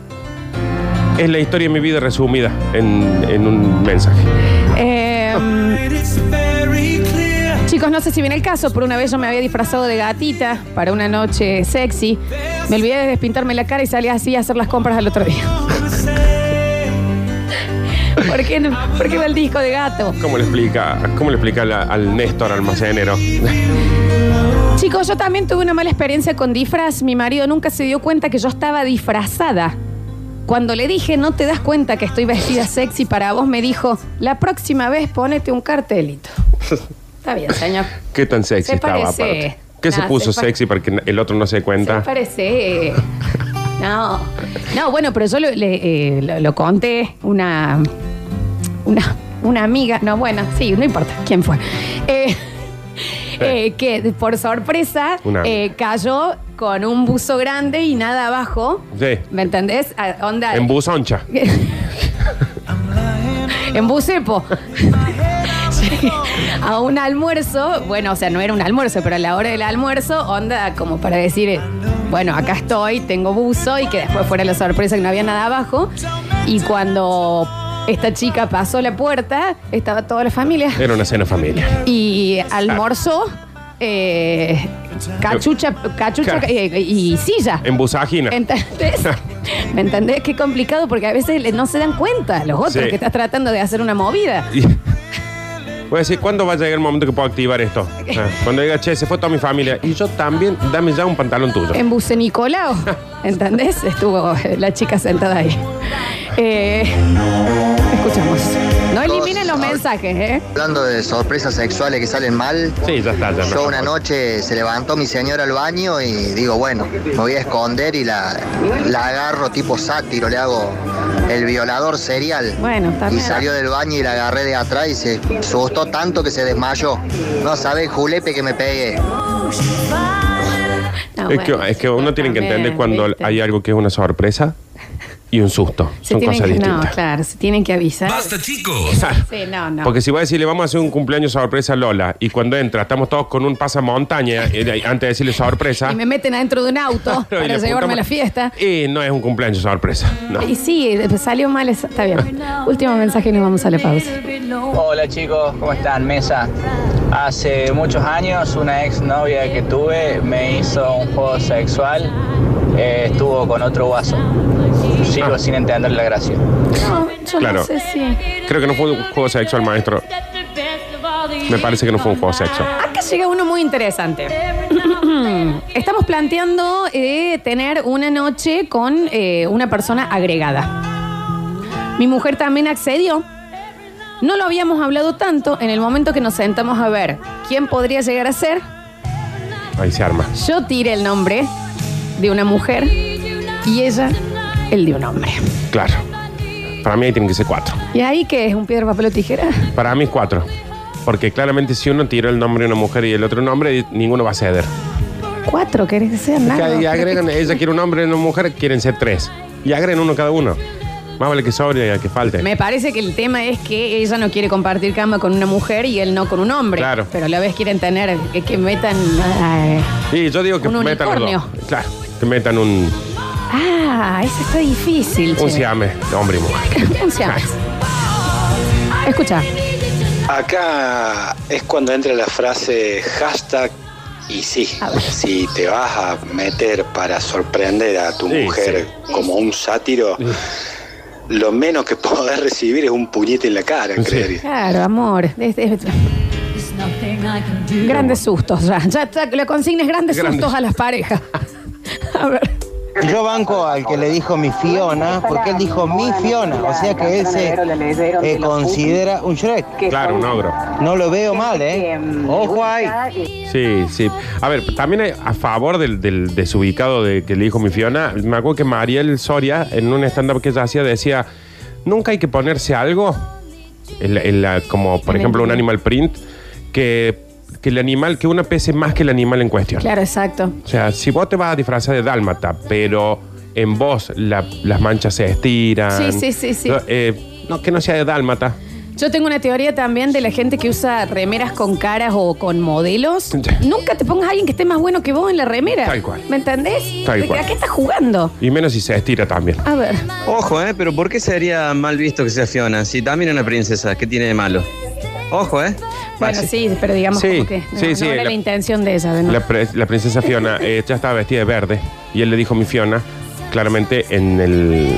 Speaker 2: Es la historia de mi vida resumida en, en un mensaje.
Speaker 1: Eh, Em, Chicos, no sé si viene el caso, por una vez yo me había disfrazado de gatita para una noche sexy. Me olvidé de despintarme la cara y salí así a hacer las compras al otro día. ¿Por qué, no? ¿Por qué va el disco de gato?
Speaker 2: ¿Cómo le explica, cómo le explica la- al Néstor almacenero?
Speaker 1: Chicos, yo también tuve una mala experiencia con disfraz. Mi marido nunca se dio cuenta que yo estaba disfrazada. Cuando le dije, no te das cuenta que estoy vestida sexy para vos, me dijo, la próxima vez ponete un cartelito. Está bien, señor.
Speaker 2: ¿Qué tan sexy
Speaker 1: Se
Speaker 2: estaba
Speaker 1: parece.
Speaker 2: aparte? ¿Qué se
Speaker 1: Nah,
Speaker 2: puso
Speaker 1: se pa-
Speaker 2: sexy para que el otro no se dé
Speaker 1: Se
Speaker 2: cuenta?
Speaker 1: parece. No. No, bueno, pero yo lo, le- eh, lo- lo conté una, una. Una amiga. No, bueno, sí, no importa quién fue. Eh, eh, que por sorpresa
Speaker 2: Una amiga.
Speaker 1: eh, cayó con un buzo grande y nada abajo.
Speaker 2: Sí.
Speaker 1: ¿Me entendés? A- Onda.
Speaker 2: En buzoncha.
Speaker 1: En bucepo. Sí, a un almuerzo, bueno, o sea, no era un almuerzo, pero a la hora del almuerzo, onda como para decir, eh, bueno, acá estoy, tengo buzo y que después fuera la sorpresa que no había nada abajo. Y cuando esta chica pasó la puerta, estaba toda la familia
Speaker 2: Era una cena familiar.
Speaker 1: y almorzó. eh, cachucha, cachucha
Speaker 2: Claro.
Speaker 1: eh, y silla.
Speaker 2: En Ah. busagina.
Speaker 1: ¿Entendés? ¿Me entendés? Qué complicado porque a veces le- no se dan cuenta los otros
Speaker 2: Sí.
Speaker 1: que estás tratando de hacer una movida.
Speaker 2: Y- Voy a decir, ¿cuándo va a llegar el momento que puedo activar esto? Ah, Cuando diga, che, se fue toda mi familia. Y yo también, dame ya un pantalón tuyo.
Speaker 1: En Buce Nicolau, ¿entendés? Estuvo la chica sentada ahí. Eh, escuchamos. No eliminen los mensajes, ¿eh?
Speaker 6: Hablando de sorpresas sexuales que salen mal,
Speaker 2: Sí, ya está, ya me-
Speaker 6: yo una noche se levantó mi señora al baño y digo, bueno, me voy a esconder y la, la agarro tipo sátiro, le hago el violador serial.
Speaker 1: Bueno, está
Speaker 6: Y
Speaker 1: bien.
Speaker 6: salió del baño y la agarré de atrás y se asustó tanto que se desmayó. No sabe el julepe que me pegué.
Speaker 1: No,
Speaker 2: es,
Speaker 1: ah, bueno,
Speaker 2: que, es que uno tiene que entender
Speaker 1: también,
Speaker 2: cuando
Speaker 1: ¿viste?
Speaker 2: hay algo que es una sorpresa y un susto.
Speaker 1: Se
Speaker 2: Son
Speaker 1: tienen
Speaker 2: cosas
Speaker 1: que- No,
Speaker 2: distintas.
Speaker 1: claro, se tienen que avisar.
Speaker 7: Basta, chicos.
Speaker 1: Sí, no, no.
Speaker 2: Porque si voy a decirle, vamos a hacer un cumpleaños sorpresa a Lola, y cuando entra, estamos todos con un pasamontaña, eh, de- antes de decirle sorpresa.
Speaker 1: Y me meten adentro de un auto
Speaker 2: Claro, y le
Speaker 1: para llevarme a la
Speaker 2: apuntamos-
Speaker 1: fiesta.
Speaker 2: Y no es un cumpleaños sorpresa. No.
Speaker 1: Y sí, eh, salió mal, esa- está bien. Último mensaje y nos vamos a la pausa.
Speaker 8: Hola chicos, ¿cómo están? Mesa. Hace muchos años una ex novia que tuve me hizo un juego sexual. eh, estuvo con otro guaso. Sigo
Speaker 2: Ah.
Speaker 8: sin entender la gracia.
Speaker 1: No, yo
Speaker 2: Claro.
Speaker 1: no sé si.
Speaker 2: Creo que no fue un juego sexual, maestro. Me parece que no fue un juego sexual.
Speaker 1: Acá llega uno muy interesante. Estamos planteando eh, tener una noche con eh, una persona agregada. Mi mujer también accedió. No lo habíamos hablado tanto en el momento que nos sentamos a ver quién podría llegar a ser.
Speaker 2: Ahí se arma.
Speaker 1: Yo tiré el nombre de una mujer y ella el de un hombre.
Speaker 2: Claro. Para mí ahí tienen que ser cuatro.
Speaker 1: ¿Y ahí qué es? ¿Un piedra, papel o tijera?
Speaker 2: Para mí cuatro. Porque claramente si uno tiró el nombre de una mujer y el otro un hombre, ninguno va a ceder.
Speaker 1: ¿Cuatro querés que sea?
Speaker 2: Que
Speaker 1: Nada.
Speaker 2: ahí agregan, ella quiere un hombre y una mujer, quieren ser tres. Y agregan uno cada uno. Más vale que sobre y que falte.
Speaker 1: Me parece que el tema es que ella no quiere compartir cama con una mujer y él no con un hombre.
Speaker 2: Claro.
Speaker 1: Pero a la vez quieren tener que, que metan. eh, ay.
Speaker 2: Y yo digo que
Speaker 1: Un
Speaker 2: metan los dos.
Speaker 1: unicornio.
Speaker 2: Claro. Que metan un,
Speaker 1: Ah, eso está difícil.
Speaker 2: un
Speaker 1: che.
Speaker 2: siame de hombre y mujer.
Speaker 1: Un siam. Escucha.
Speaker 9: Acá es cuando entra la frase hashtag y sí,
Speaker 1: A ver.
Speaker 9: si te vas a meter para sorprender a tu
Speaker 2: Sí,
Speaker 9: mujer como un sátiro, lo menos que podés recibir es un puñete en la cara,
Speaker 2: Sí.
Speaker 9: creer.
Speaker 1: Claro, amor. Es- es- Grandes sustos ya. Ya, ya le consignes grandes,
Speaker 2: Grandes.
Speaker 1: sustos a las parejas. A ver.
Speaker 10: Yo banco al que le dijo mi Fiona, porque él dijo mi Fiona, o sea que él se eh, considera un Shrek.
Speaker 2: Claro, un ogro.
Speaker 10: No lo veo mal, ¿eh? Ojo ahí.
Speaker 2: Sí, sí. A ver, también hay- a favor del, del desubicado de, que le dijo mi Fiona, me acuerdo que Mariel Soria, en un stand-up que ella hacía, decía, nunca hay que ponerse algo, en la- en la- como por
Speaker 1: En el
Speaker 2: ejemplo un
Speaker 1: print.
Speaker 2: animal print, que, que el animal, que uno pese más que el animal en cuestión.
Speaker 1: Claro, exacto.
Speaker 2: O sea, si vos te vas a disfrazar de dálmata, pero en vos la- las manchas se estiran.
Speaker 1: Sí, sí, sí, sí.
Speaker 2: No, eh, no, que no sea de dálmata.
Speaker 1: Yo tengo una teoría también de la gente que usa remeras con caras o con modelos. Nunca te pongas a alguien que esté más bueno que vos en la remera.
Speaker 2: Tal cual.
Speaker 1: ¿Me entendés?
Speaker 2: Tal
Speaker 1: ¿De-
Speaker 2: cual. Ah,
Speaker 1: ¿A qué estás jugando?
Speaker 2: Y menos si se estira también.
Speaker 1: A ver.
Speaker 11: Ojo, ¿eh? Pero ¿por qué sería mal visto que sea Fiona? Si también es una princesa, ¿qué tiene de malo? Ojo, ¿eh?
Speaker 1: Bueno, sí, pero digamos
Speaker 2: Sí,
Speaker 1: como que no,
Speaker 2: sí, sí,
Speaker 1: no era la,
Speaker 2: la-
Speaker 1: intención de ella. De no.
Speaker 2: La, pre- la princesa Fiona eh, ya estaba vestida de verde y él le dijo mi Fiona, claramente en, el,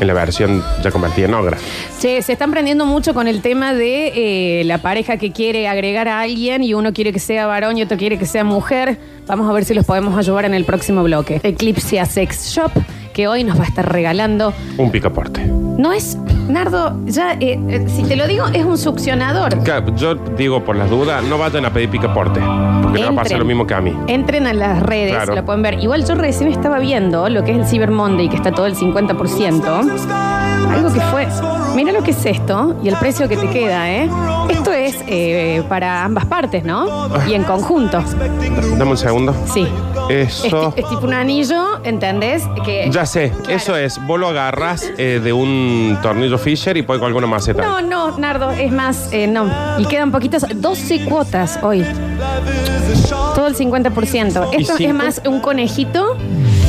Speaker 2: en la versión ya convertida en ogra.
Speaker 1: Che, se están prendiendo mucho con el tema de eh, la pareja que quiere agregar a alguien y uno quiere que sea varón y otro quiere que sea mujer. Vamos a ver si los podemos ayudar en el próximo bloque. Eclipse Sex Shop, que hoy nos va a estar regalando.
Speaker 2: Un picaporte.
Speaker 1: No es, Nardo, ya, eh, eh, si te lo digo, es un succionador.
Speaker 2: Claro, Yo digo, por las dudas, no vayan a pedir picaporte, porque le va a pasar
Speaker 1: Entren.
Speaker 2: lo mismo que a mí.
Speaker 1: Entren a las redes,
Speaker 2: Claro.
Speaker 1: lo pueden ver. Igual yo recién estaba viendo lo que es el Cyber Monday, que está todo el 50%. Algo que fue. Mira lo que es esto y el precio que te queda, ¿eh? Esto es eh, para ambas partes, ¿no? Y en conjunto.
Speaker 2: Dame un segundo.
Speaker 1: Sí. Es,
Speaker 2: Eso.
Speaker 1: ti- es tipo un anillo, ¿entendés? Que.
Speaker 2: Ya sé, eso es. Vos lo agarras eh, de un tornillo Fisher y puedes con alguna maceta.
Speaker 1: No, no, Nardo, es más, eh, no. Y quedan poquitas, 12 cuotas hoy. Todo el 50%.
Speaker 2: ¿Y
Speaker 1: Esto es
Speaker 2: cinco?
Speaker 1: más un conejito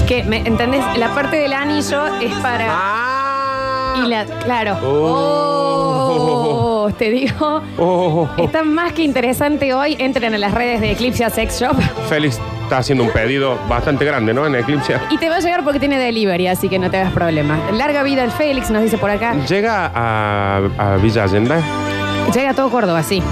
Speaker 1: que, ¿me entendés? La parte del anillo es para.
Speaker 2: ¡Ah!
Speaker 1: Y la, claro.
Speaker 2: Oh.
Speaker 1: Oh, te digo.
Speaker 2: Oh, oh,
Speaker 1: Está más que interesante hoy. Entren a las redes de Eclipse Sex Shop
Speaker 2: oh. Félix está haciendo un pedido bastante grande, ¿no? En Eclipse.
Speaker 1: y te va a llegar porque tiene delivery, así que no te hagas problema. Larga vida el Félix, nos dice por acá.
Speaker 2: Llega a, a Villa Allende.
Speaker 1: Llega todo Córdoba, sí.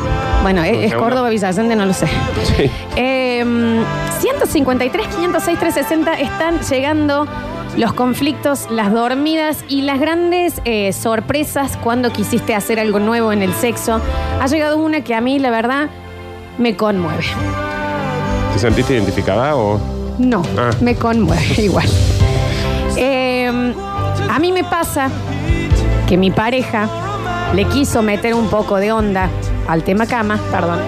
Speaker 1: Bueno,
Speaker 2: Un
Speaker 1: es, es
Speaker 2: segundo.
Speaker 1: Córdoba, Villallende, no lo sé.
Speaker 2: Sí.
Speaker 1: Em, 153, 506, 360 están llegando los conflictos, las dormidas y las grandes eh, sorpresas cuando quisiste hacer algo nuevo en el sexo. Ha llegado una que a mí, la verdad, me conmueve.
Speaker 2: ¿Te sentiste identificada o.?
Speaker 1: No,
Speaker 2: Ah.
Speaker 1: me conmueve igual. Em, a mí me pasa que mi pareja le quiso meter un poco de onda al tema cama, perdón.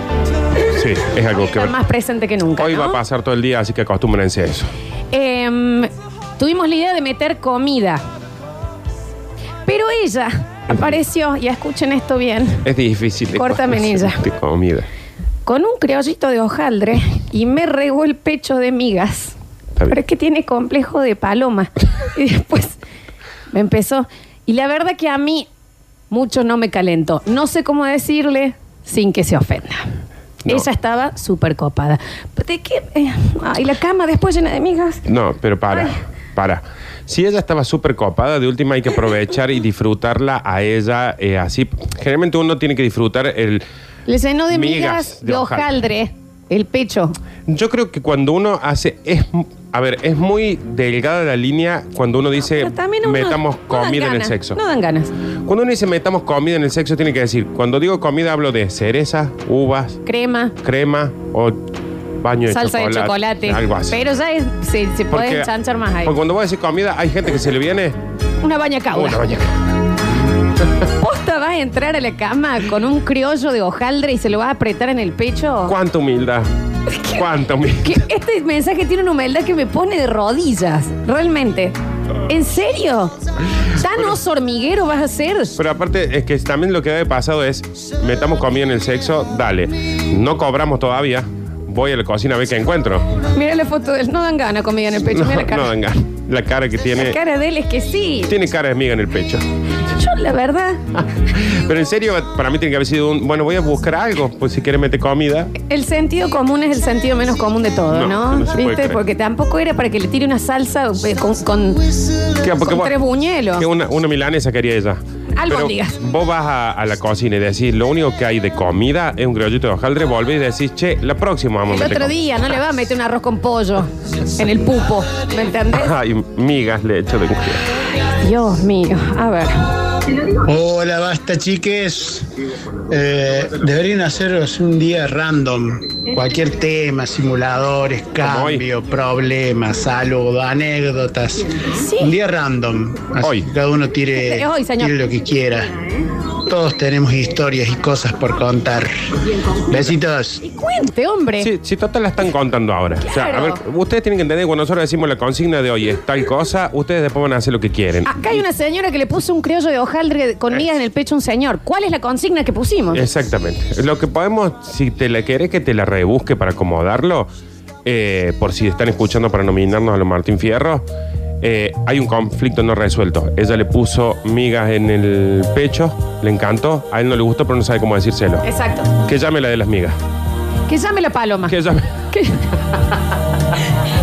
Speaker 2: Sí, es algo que.
Speaker 1: Está más presente que nunca.
Speaker 2: Hoy
Speaker 1: ¿no?
Speaker 2: va a pasar todo el día, así que acostúmbrense a eso.
Speaker 1: Em, tuvimos la idea de meter comida. Pero ella apareció, y escuchen esto bien,
Speaker 2: Es difícil. de
Speaker 1: Corta menilla.
Speaker 2: de comida.
Speaker 1: con un creollito de hojaldre y me regó el pecho de migas.
Speaker 2: Está bien.
Speaker 1: Pero es que tiene complejo de paloma. Y después me empezó. Y la verdad que a mí mucho no me calentó. No sé cómo decirle sin que se ofenda.
Speaker 2: No.
Speaker 1: Ella estaba súper copada. ¿De qué? Eh, ay, la cama después llena de migas.
Speaker 2: No, pero para,
Speaker 1: Ay.
Speaker 2: para. Si ella estaba súper copada, de última hay que aprovechar y disfrutarla a ella eh, así. Generalmente uno tiene que disfrutar el...
Speaker 1: Le llenó de migas,
Speaker 2: Migas
Speaker 1: de
Speaker 2: de hojaldre.
Speaker 1: hojaldre el pecho.
Speaker 2: Yo creo que cuando uno hace... Es, a ver, es muy delgada la línea cuando uno dice
Speaker 1: Pero también uno-
Speaker 2: metamos
Speaker 1: no dan
Speaker 2: comida en el
Speaker 1: ganas,
Speaker 2: sexo.
Speaker 1: No dan ganas.
Speaker 2: Cuando uno dice metamos comida en el sexo, tiene que decir, cuando digo comida hablo de cerezas, uvas,
Speaker 1: Crema,
Speaker 2: crema o baño de
Speaker 1: salsa de chocolate.
Speaker 2: Algo así.
Speaker 1: Pero ya es- se, se puede chanchar más ahí.
Speaker 2: porque cuando vos decís comida, hay gente que se le viene
Speaker 1: Una baña cauda.
Speaker 2: una bañaca.
Speaker 1: ¿Posta vas a entrar a la cama con un criollo de hojaldre y se lo vas a apretar en el pecho?
Speaker 2: Cuánta humildad. Cuánta humildad.
Speaker 1: Que este mensaje tiene una humildad que me pone de rodillas. Realmente. ¿En serio? ¿Tan oso hormiguero vas a ser?
Speaker 2: Pero aparte es que también lo que debe pasado es metamos comida en el sexo, dale. No cobramos todavía. Voy a la cocina a ver qué encuentro.
Speaker 1: Mira la foto de él. No dan ganas comida en el pecho.
Speaker 2: No, eh.
Speaker 1: Mira la cara.
Speaker 2: no, venga. La cara que
Speaker 1: La
Speaker 2: tiene.
Speaker 1: cara de él es que sí.
Speaker 2: Tiene cara de miga en el pecho.
Speaker 1: Yo, la verdad,
Speaker 2: Pero en serio, para mí tiene que haber sido un. Bueno, voy a buscar algo. Pues si quieres meter comida.
Speaker 1: el sentido común es el sentido menos común de todo, ¿no?
Speaker 2: No, no se puede
Speaker 1: ¿Viste?
Speaker 2: creer.
Speaker 1: Porque tampoco era para que le tire una salsa eh, con, con-
Speaker 2: Que,
Speaker 1: con tres buñuelos.
Speaker 2: que una, una milanesa quería ella. Pero
Speaker 1: Albóndigas.
Speaker 2: vos vas a, a la cocina y decís, lo único que hay de comida es un criollito de hojaldre, volvés y decís, che, la próxima vamos a
Speaker 1: El
Speaker 2: meter
Speaker 1: otro
Speaker 2: comida".
Speaker 1: día no le va a meter un arroz con pollo en el pupo, ¿me entendés?
Speaker 2: Ay, migas le echo de
Speaker 1: Dios mío, a ver.
Speaker 7: Hola, basta chiques. Eh, deberían haceros un día random. Cualquier tema, simuladores,
Speaker 2: hoy.
Speaker 7: cambio, problemas, saludos, anécdotas.
Speaker 1: Sí.
Speaker 7: Un día random. Así
Speaker 2: Hoy.
Speaker 7: que Cada uno tire,
Speaker 1: Es hoy, señor.
Speaker 7: tire lo que quiera. Todos tenemos historias y cosas por contar. Besitos.
Speaker 1: Y cuente, hombre.
Speaker 2: Sí, sí, total la están contando ahora. O sea, a ver,
Speaker 1: Claro.
Speaker 2: ustedes tienen que entender que cuando nosotros decimos la consigna de hoy es tal cosa, ustedes después van a hacer lo que quieren.
Speaker 1: Acá hay una señora que le puso un criollo de hojaldre con migas en el pecho a un señor. ¿Cuál es la consigna que pusimos?
Speaker 2: Exactamente. Lo que podemos, si te la querés que te la rebusque para acomodarlo, eh, por si están escuchando para nominarnos a los Martín Fierro, Eh, hay un conflicto no resuelto. Ella le puso migas en el pecho, le encantó, a él no le gustó, pero no sabe cómo decírselo.
Speaker 1: Exacto.
Speaker 2: Que llame la de las migas.
Speaker 1: Que llame la paloma.
Speaker 2: Que llame,
Speaker 1: Que,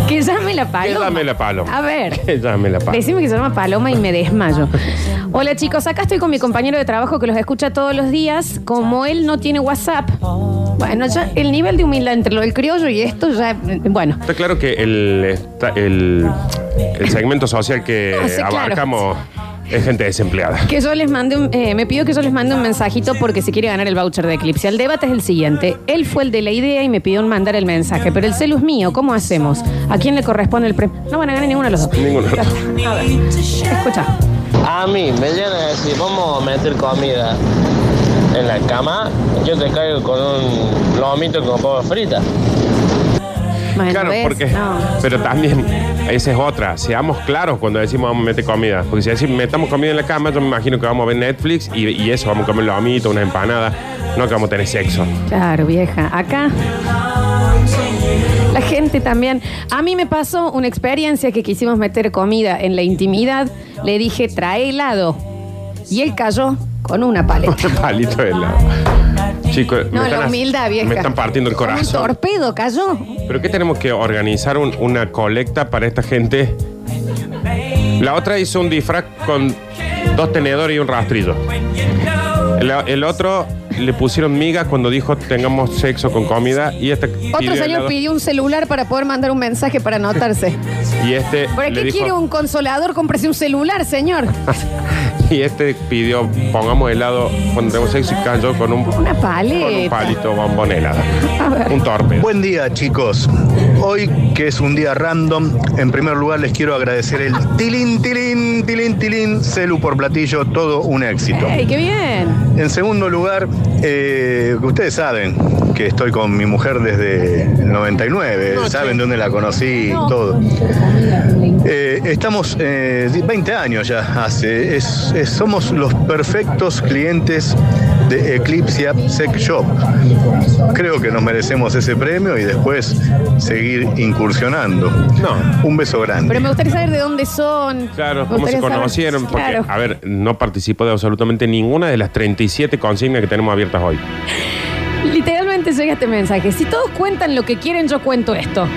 Speaker 1: que llame la
Speaker 2: que
Speaker 1: paloma.
Speaker 2: llame la paloma.
Speaker 1: A ver.
Speaker 2: Que llame la paloma.
Speaker 1: Decime que se llama Paloma y me desmayo. Hola chicos, acá estoy con mi compañero de trabajo que los escucha todos los días. Como él no tiene WhatsApp, bueno, ya el nivel de humildad entre lo del criollo y esto ya, eh, bueno.
Speaker 2: Está claro que el, esta- el, el segmento social que
Speaker 1: No, sí, claro.
Speaker 2: abarcamos es gente desempleada.
Speaker 1: Que yo les mande un- eh, me pidió que yo les mande un mensajito porque se quiere ganar el voucher de Eclipse. El debate es el siguiente. Él fue el de la idea y me pidió un mandar el mensaje, pero el celu es mío. ¿Cómo hacemos? ¿A quién le corresponde el premio? No van a ganar ninguno de los dos.
Speaker 2: Ninguno.
Speaker 1: Ya está. A ver, escucha.
Speaker 5: A mí me llegan a decir, vamos a meter comida en la cama, yo te caigo con un lomito con papas fritas.
Speaker 1: Bueno,
Speaker 2: Claro,
Speaker 1: ¿ves?
Speaker 2: porque.
Speaker 1: No.
Speaker 2: Pero también, esa es otra. Seamos claros cuando decimos vamos a meter comida. Porque si decimos metamos comida en la cama, yo me imagino que vamos a ver Netflix y, y eso, vamos a comer lomitos, una empanada. No que vamos a tener sexo.
Speaker 1: Claro, vieja. Acá. La gente también. A mí me pasó una experiencia que quisimos meter comida en la intimidad. Le dije, trae helado. Y él cayó con una paleta.
Speaker 2: Palito de helado. Chicos,
Speaker 1: No, la humildad, vieja.
Speaker 2: me están partiendo el
Speaker 1: Un
Speaker 2: corazón.
Speaker 1: torpedo cayó.
Speaker 2: ¿Pero qué tenemos que organizar un- una colecta para esta gente? La otra hizo un disfraz con dos tenedores y un rastrillo. El, el otro le pusieron migas cuando dijo tengamos sexo con comida y este pidió
Speaker 1: Otro señor
Speaker 2: helado.
Speaker 1: pidió un celular para poder mandar un mensaje para anotarse.
Speaker 2: Y este,
Speaker 1: ¿Para
Speaker 2: le
Speaker 1: qué
Speaker 2: dijo-
Speaker 1: quiere un consolador? Cómprese un celular, señor.
Speaker 2: y este pidió, pongamos helado cuando tenemos sexo y cayó con un, con
Speaker 1: Una
Speaker 2: un
Speaker 1: paleta.
Speaker 2: palito bombón helado.
Speaker 1: A ver.
Speaker 2: Un torpe.
Speaker 11: Buen día chicos, hoy que es un día random, en primer lugar les quiero agradecer el tilín, tilín, tilín, tilín, celu por platillo, todo un éxito.
Speaker 1: ¡Ey, qué bien!
Speaker 11: En segundo lugar, eh, ustedes saben que estoy con mi mujer desde el 99, saben dónde la conocí y todo. Eh, estamos eh, 20 años ya hace, es- es- somos los perfectos clientes de Eclipse Sex Shop. Creo que nos merecemos ese premio y después seguir incursionando. Un beso grande.
Speaker 1: Pero me gustaría saber de dónde son.
Speaker 2: Claro,
Speaker 1: Me
Speaker 2: cómo se
Speaker 1: gustaría saber-
Speaker 2: conocieron, porque,
Speaker 1: Claro.
Speaker 2: a ver, no participó de absolutamente ninguna de las 37 consignas que tenemos abiertas hoy.
Speaker 1: Literalmente llega este mensaje. Si todos cuentan lo que quieren, yo cuento esto.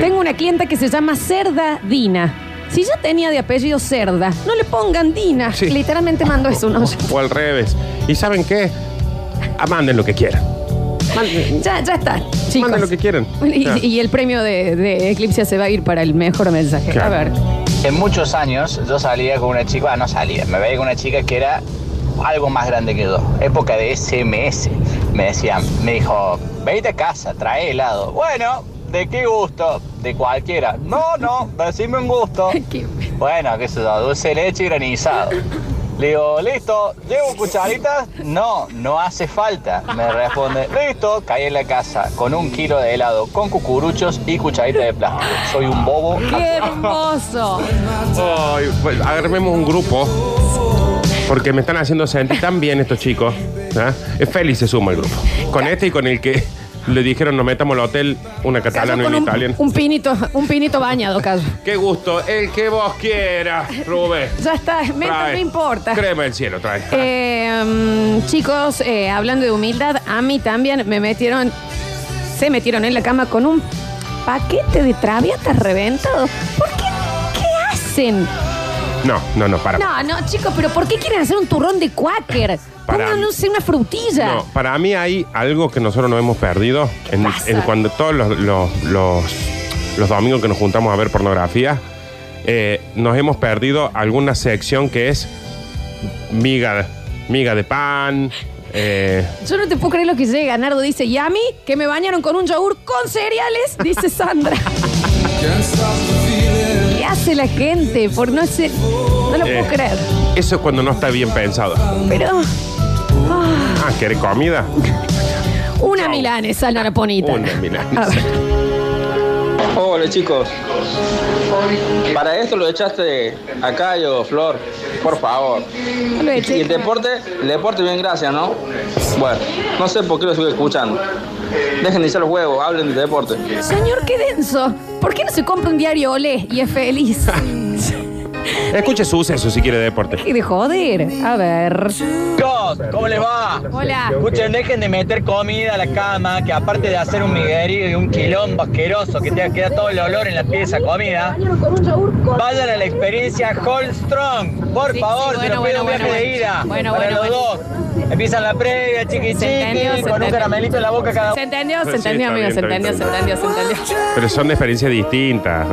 Speaker 1: Tengo una clienta que se llama Cerda Dina. Si ya tenía de apellido Cerda, no le pongan Dina.
Speaker 2: Sí. Oh,
Speaker 1: Literalmente mando eso, ¿no?
Speaker 2: O al revés. ¿Y saben qué? Ah, manden lo que quieran.
Speaker 1: Ya, ya está, chicos.
Speaker 2: Manden lo que quieran.
Speaker 1: Y,
Speaker 2: oh, Claro.
Speaker 1: y el premio de, de Eclipse se va a ir para el mejor mensaje.
Speaker 2: Claro.
Speaker 1: A ver.
Speaker 8: En muchos años yo salía con una chica, ah, no salía, me veía con una chica que era algo más grande que yo. Época de SMS. Me decían, me dijo, venite a casa, trae helado. Bueno, ¿de qué gusto? De cualquiera. No, no, decime un gusto.
Speaker 1: Qué-
Speaker 8: Bueno, qué sé yo, dulce de leche y granizado. Le digo, listo, ¿llevo cucharitas? No, no hace falta. Me responde, listo, caí en la casa con un kilo de helado, con cucuruchos y cucharitas de plástico. Soy un bobo.
Speaker 1: ¡Qué
Speaker 2: Ah,
Speaker 1: hermoso!
Speaker 2: Ay, pues, armemos un grupo. Porque me están haciendo sentir tan bien estos chicos. ¿ah? Es Félix se suma al grupo. Con este y con el que le dijeron nos metamos al hotel, una catalana y
Speaker 1: con
Speaker 2: una
Speaker 1: un,
Speaker 2: italiana.
Speaker 1: un pinito, un pinito bañado, Caso.
Speaker 2: Qué gusto, el que vos quieras, Rubén.
Speaker 1: Ya está, me- no
Speaker 2: Trae.
Speaker 1: me importa.
Speaker 2: Crema del cielo, trae.
Speaker 1: Eh, mm, chicos, eh, hablando de humildad, a mí también me metieron, se metieron en la cama con un paquete de travietas reventado. ¿Por qué? ¿Qué hacen?
Speaker 2: No, no, no, para.
Speaker 1: No, no, chicos, pero ¿por qué quieren hacer un turrón de cuáquer?
Speaker 2: Para-
Speaker 1: Pónganse una frutilla.
Speaker 2: No, para mí hay algo que nosotros nos hemos perdido en,
Speaker 1: pasa?
Speaker 2: en cuando todos los, los, los, los domingos que nos juntamos a ver pornografía, eh, nos hemos perdido alguna sección que es miga, miga de pan. eh,
Speaker 1: Yo no te puedo creer lo que llega. Nardo dice, ¿y a mí? Que me bañaron con un yogur con cereales, dice Sandra. ¿Qué hace la gente? Por no ser... No lo
Speaker 2: Eh.
Speaker 1: puedo creer.
Speaker 2: eso es cuando no está bien pensado.
Speaker 1: Pero
Speaker 2: Ah, ¿querés comida?
Speaker 1: una milanesa, Naraponita.
Speaker 2: Una
Speaker 1: A
Speaker 2: milanesa.
Speaker 1: ver.
Speaker 12: Hola chicos, para esto lo echaste a Cayo, Flor.
Speaker 8: Por favor.
Speaker 1: No lo
Speaker 8: Y el deporte, el deporte bien gracias, ¿no? Bueno, no sé por qué lo sigo escuchando. Dejen de echar los huevos, hablen de deporte.
Speaker 1: Señor, qué denso. ¿Por qué no se compra un diario Olé y es feliz?
Speaker 2: Escuche suceso si quiere deporte.
Speaker 1: Deje de joder. A ver.
Speaker 12: Chicos, ¿cómo les va?
Speaker 1: Hola.
Speaker 12: Escuchen, dejen de meter comida a la cama, que aparte de hacer un miguerío y un quilombo asqueroso que te queda todo el olor en la piel de esa comida, vayan a la experiencia Holstrong. Por
Speaker 1: Sí,
Speaker 12: favor,
Speaker 1: sí,
Speaker 12: se
Speaker 1: bueno,
Speaker 12: los pido un viaje
Speaker 1: bueno,
Speaker 12: de
Speaker 1: bueno.
Speaker 12: ida
Speaker 1: Bueno,
Speaker 12: para
Speaker 1: bueno,
Speaker 12: los dos. Empiezan la previa, chiqui chiqui, con un caramelito en la boca cada
Speaker 1: Se entendió, se
Speaker 2: Sí,
Speaker 1: entendió,
Speaker 2: está
Speaker 1: amigo,
Speaker 2: bien,
Speaker 1: se
Speaker 2: está bien,
Speaker 1: entendió, se
Speaker 2: está
Speaker 1: entendió, se entendió.
Speaker 2: Pero son de experiencias distintas.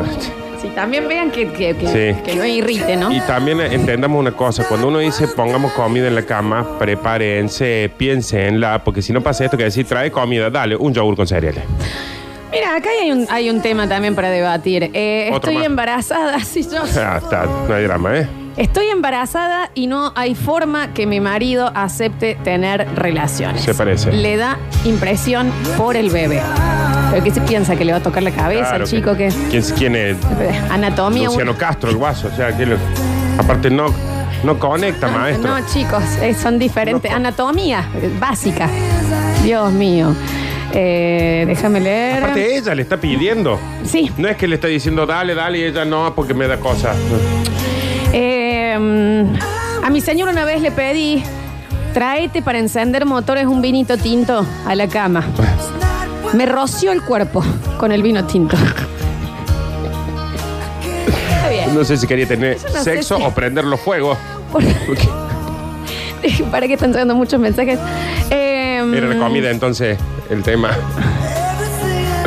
Speaker 1: Sí, también vean que, que, que,
Speaker 2: Sí.
Speaker 1: que no irrite, ¿no?
Speaker 2: Y también eh, entendamos una cosa, cuando uno dice pongamos comida en la cama, prepárense, piénsenla, porque si no pasa esto que decir trae comida, dale un yogur con cereales.
Speaker 1: Mira, acá hay un, hay un tema también para debatir. Eh,
Speaker 2: Otro
Speaker 1: estoy
Speaker 2: más.
Speaker 1: embarazada, sí, yo.
Speaker 2: Ah, está, no hay drama, ¿eh?
Speaker 1: Estoy embarazada y no hay forma que mi marido acepte tener relaciones.
Speaker 2: Se parece.
Speaker 1: Le da impresión por el bebé. Pero que se piensa que le va a tocar la cabeza
Speaker 2: Claro
Speaker 1: al chico que. eh,
Speaker 2: ¿Quién, es- quién es?
Speaker 1: Anatomía.
Speaker 2: Luciano Castro, el guaso. O sea, que lo- aparte no, no conecta, maestro.
Speaker 1: No, chicos, eh, son diferentes. Anatomía eh, básica. Dios mío. Eh, déjame leer.
Speaker 2: Aparte ella le está pidiendo.
Speaker 1: Sí.
Speaker 2: No es que le está diciendo dale, dale y ella no porque me da cosas.
Speaker 1: Eh, mm, a mi señor una vez le pedí, tráete para encender motores un vinito tinto a la cama. Me roció el cuerpo con el vino tinto. Está bien.
Speaker 2: No sé si quería tener
Speaker 1: Yo no sé
Speaker 2: sexo
Speaker 1: si-
Speaker 2: o prender los fuegos.
Speaker 1: ¿Para qué están llegando muchos mensajes? Eh,
Speaker 2: Era la comida entonces el tema.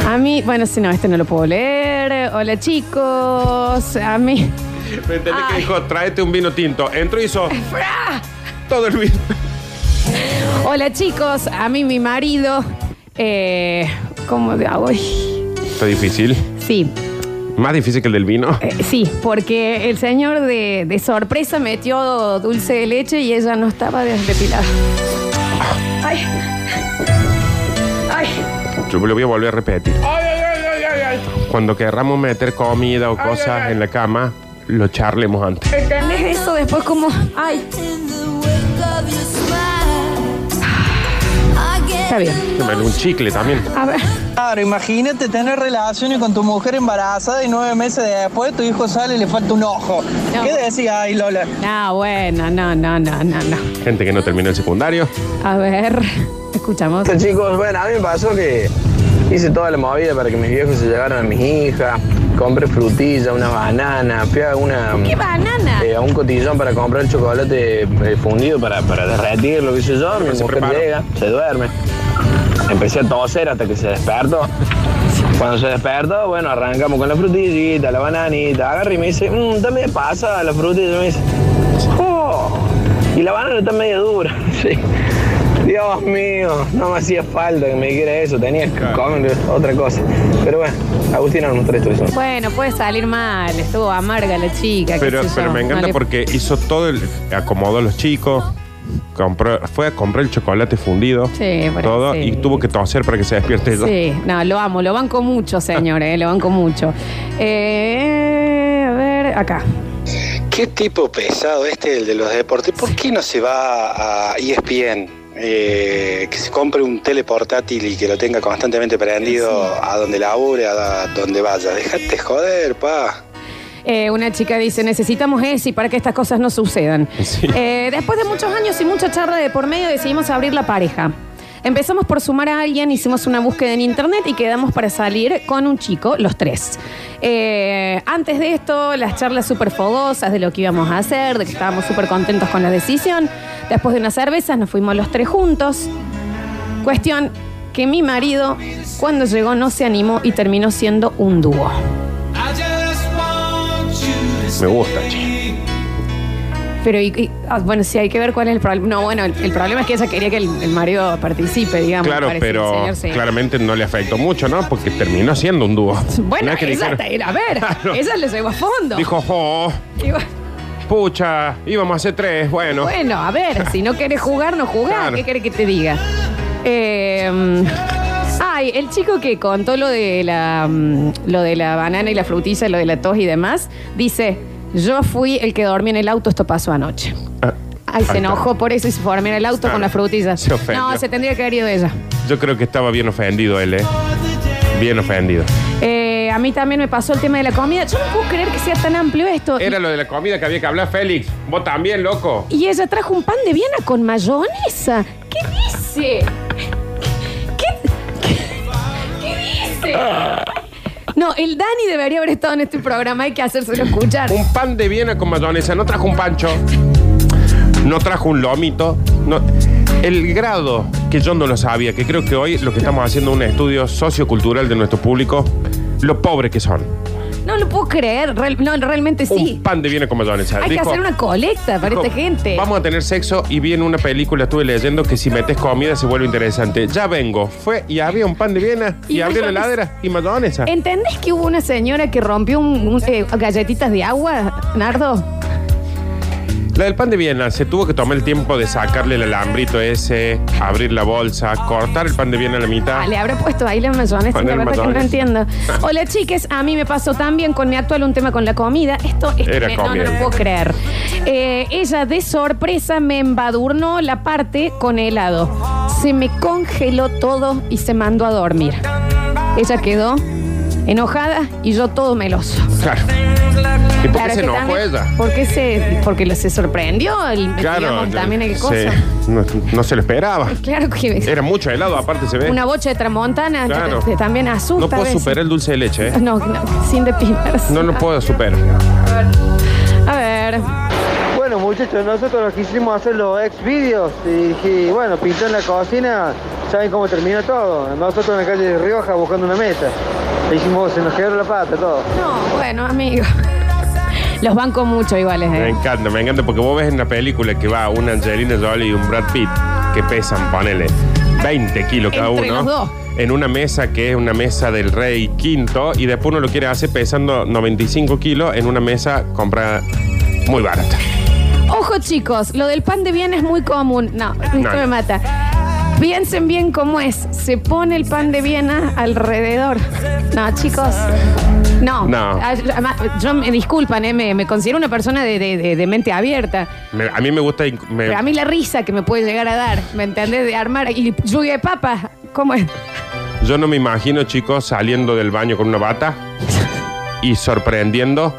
Speaker 1: A mí, bueno, si no, este no lo puedo leer. Hola chicos, a mí.
Speaker 2: Me entendés que dijo, tráete un vino tinto. Entró y hizo todo el vino.
Speaker 1: Hola chicos, a mí mi marido. Eh, ¿Cómo te hago?
Speaker 2: Está difícil.
Speaker 1: Sí, Eh.
Speaker 2: Más difícil que el del vino.
Speaker 1: Sí, porque el señor de, de sorpresa metió dulce de leche y ella no estaba depilada. Ay. Ay.
Speaker 2: Yo me lo voy a volver a repetir. Cuando querramos meter comida o cosas en la cama, lo charlemos antes.
Speaker 1: ¿Entendés eso después como? Ay. Está bien.
Speaker 2: Se me hace Un chicle también.
Speaker 1: A ver.
Speaker 13: Claro, imagínate tener relaciones con tu mujer embarazada y nueve meses después tu hijo sale y le falta un ojo. ¿Qué decís, ay, Lola?
Speaker 1: No, Ah, bueno, no, no, no, no, no.
Speaker 2: Gente que no terminó el secundario.
Speaker 1: A ver, escuchamos.
Speaker 14: Bueno, chicos, bueno, a mí me pasó que hice toda la movida para que mis viejos se llevaran a mis hijas. Compré frutilla, una banana, fui a una.
Speaker 1: ¿Qué banana?
Speaker 14: eh, a un cotillón para comprar chocolate eh, fundido para, para derretirlo, qué sé yo. Mi mujer llega, se duerme. Empecé a toser hasta que se despertó. Cuando se despertó, bueno, arrancamos con la frutillita, la bananita. Agarra y me dice, mmm, está medio pasa la frutilla. Me dice, oh, y la banana está medio dura. Sí. Dios mío, no me hacía falta que me dijera eso. Tenía que comer otra cosa. Pero bueno, Agustina nos mostró esto.
Speaker 1: Bueno, puede salir mal, estuvo amarga la chica. qué
Speaker 2: Pero,
Speaker 1: sé yo.
Speaker 2: pero me
Speaker 1: No
Speaker 2: encanta
Speaker 1: le-
Speaker 2: porque hizo todo el. acomodó a los chicos. Compró, fue a comprar el chocolate fundido.
Speaker 1: Sí, bueno,
Speaker 2: todo.
Speaker 1: sí.
Speaker 2: Y tuvo que toser para que se despierte ella.
Speaker 1: Sí, no, lo amo, lo banco mucho, señor, eh, lo banco mucho. Eh, a ver, acá.
Speaker 9: Qué tipo pesado este el de los deportes. ¿Por qué no se va a E ESPN? Eh, que se compre un teleportátil y que lo tenga constantemente prendido a donde labure, a donde vaya. Dejate joder, pa.
Speaker 1: Eh, una chica dice, necesitamos ESI para que estas cosas no sucedan. Eh, después de muchos años y mucha charla de por medio, decidimos abrir la pareja. Empezamos por sumar a alguien, hicimos una búsqueda en internet y quedamos para salir con un chico, los tres. Eh, antes de esto, las charlas súper fogosas de lo que íbamos a hacer, de que estábamos súper contentos con la decisión. Después de unas cervezas nos fuimos los tres juntos. Cuestión que mi marido, cuando llegó, no se animó y terminó siendo un dúo.
Speaker 2: Me gusta, che.
Speaker 1: Pero, y- y- ah, bueno, sí, hay que ver cuál es el problema. No, bueno, el, el problema es que ella quería que el, el marido participe, digamos.
Speaker 2: Claro,
Speaker 1: parece,
Speaker 2: pero
Speaker 1: el señor, sí.
Speaker 2: claramente no le afectó mucho, ¿no? Porque terminó siendo un dúo.
Speaker 1: Bueno,
Speaker 2: No es que
Speaker 1: ella
Speaker 2: dijeron-
Speaker 1: está- era- a ver, ella le llegó a fondo.
Speaker 2: Dijo, oh,
Speaker 1: Y bueno,
Speaker 2: pucha, íbamos a hacer tres, bueno.
Speaker 1: bueno, a ver, si no quieres jugar, no jugás.
Speaker 2: Claro.
Speaker 1: ¿Qué querés que te diga? Eh, ay, el chico que contó lo de la mm, lo de la banana y la frutilla, lo de la tos y demás, dice, Yo fui el que dormí en el auto, esto pasó anoche.
Speaker 2: Ah,
Speaker 1: Ay, se
Speaker 2: ahí está.
Speaker 1: enojó por eso y se fue a dormir en el auto
Speaker 2: Ah,
Speaker 1: con las frutillas.
Speaker 2: se ofendió.
Speaker 1: no, se tendría que haber ido ella.
Speaker 2: Yo creo que estaba bien ofendido él, ¿eh? Bien ofendido.
Speaker 1: Eh, a mí también me pasó el tema de la comida. Yo no puedo creer que sea tan amplio esto.
Speaker 2: Era lo de la comida que había que hablar, Félix. Vos también, loco.
Speaker 1: Y ella trajo un pan de Viena con mayonesa. ¿Qué dice? ¿Qué, qué- qué dice? No, el Dani debería haber estado en este programa. Hay que hacérselo escuchar.
Speaker 2: Un pan de Viena con mayonesa. No trajo un pancho. No trajo un lomito. No. El grado que yo no lo sabía, que creo que hoy lo que estamos haciendo es un estudio sociocultural de nuestro público, lo pobre que son.
Speaker 1: No lo puedo creer. Real- no, realmente sí.
Speaker 2: Un pan de Viena con mayonesa.
Speaker 1: Hay que
Speaker 2: Dijo,
Speaker 1: hacer una colecta para
Speaker 2: dijo,
Speaker 1: esta gente.
Speaker 2: Vamos a tener sexo y vi en una película, estuve leyendo que si metes comida se vuelve interesante. Ya vengo. Fue y había un pan de Viena y,
Speaker 1: Y
Speaker 2: abrió la
Speaker 1: mayonesa.
Speaker 2: heladera y mayonesa.
Speaker 1: ¿Entendés que hubo una señora que rompió un, un, eh, galletitas de agua, Nardo?
Speaker 2: La del pan de Viena se tuvo que tomar el tiempo de sacarle el alambrito ese, abrir la bolsa, cortar el pan de Viena a la mitad.
Speaker 1: Ah, le habrá puesto ahí la mayonesa,
Speaker 2: Poner
Speaker 1: la verdad que no
Speaker 2: mayonesa.
Speaker 1: entiendo. Hola, chiques, a mí me pasó también con mi actual un tema con la comida. Esto es
Speaker 2: Era
Speaker 1: no, no
Speaker 2: comida.
Speaker 1: lo puedo creer. Eh, ella de sorpresa me embadurnó la parte con helado. Se me congeló todo y se mandó a dormir. Ella quedó enojada y yo todo meloso.
Speaker 2: Claro. ¿Y por qué se
Speaker 1: que
Speaker 2: enojó
Speaker 1: también-
Speaker 2: ella?
Speaker 1: Porque se, porque lo- se sorprendió el, digamos,
Speaker 2: ya-
Speaker 1: también el
Speaker 2: sí,
Speaker 1: coso.
Speaker 2: no, no se lo esperaba.
Speaker 1: Claro que
Speaker 2: Era mucho helado, aparte se ve.
Speaker 1: una bocha de tramontana te-
Speaker 2: Eh, Claro.
Speaker 1: te, también asusta.
Speaker 2: no
Speaker 1: a
Speaker 2: puedo
Speaker 1: veces.
Speaker 2: superar el dulce de leche, ¿eh?
Speaker 1: No, no, sin depilarse.
Speaker 2: No lo puedo superar.
Speaker 1: A ver.
Speaker 15: Bueno, muchachos, nosotros nos quisimos hacer los ex vídeos y, y, bueno, pintó en la cocina, saben cómo terminó todo. Nosotros en la calle de Rioja buscando una mesa. Le dijimos, se nos quedaron la pata, todo.
Speaker 1: No, bueno, amigo. Los banco mucho iguales,
Speaker 2: Me
Speaker 1: ¿eh?
Speaker 2: encanta, me encanta, porque vos ves en la película que va una Angelina Jolie y un Brad Pitt que pesan, ponele, 20 kilos cada
Speaker 1: Entre
Speaker 2: uno.
Speaker 1: los dos.
Speaker 2: En una mesa que es una mesa del rey quinto y después uno lo quiere hacer pesando 95 kilos en una mesa comprada muy barata.
Speaker 1: Ojo, chicos, lo del pan de bien es muy común. No, esto
Speaker 2: No.
Speaker 1: me mata. Piensen bien cómo es. Se pone el pan de Viena alrededor. No, chicos. No.
Speaker 2: No.
Speaker 1: Ah, yo- además, Yo me disculpan, ¿eh? me, me considero una persona de, de- de- de mente abierta.
Speaker 2: Me- a mí me gusta... inc- me-
Speaker 1: Pero a mí la risa que me puede llegar a dar, ¿me entendés? De armar y lluvia de papas. ¿Cómo es?
Speaker 2: Yo no me imagino, chicos, saliendo del baño con una bata y sorprendiendo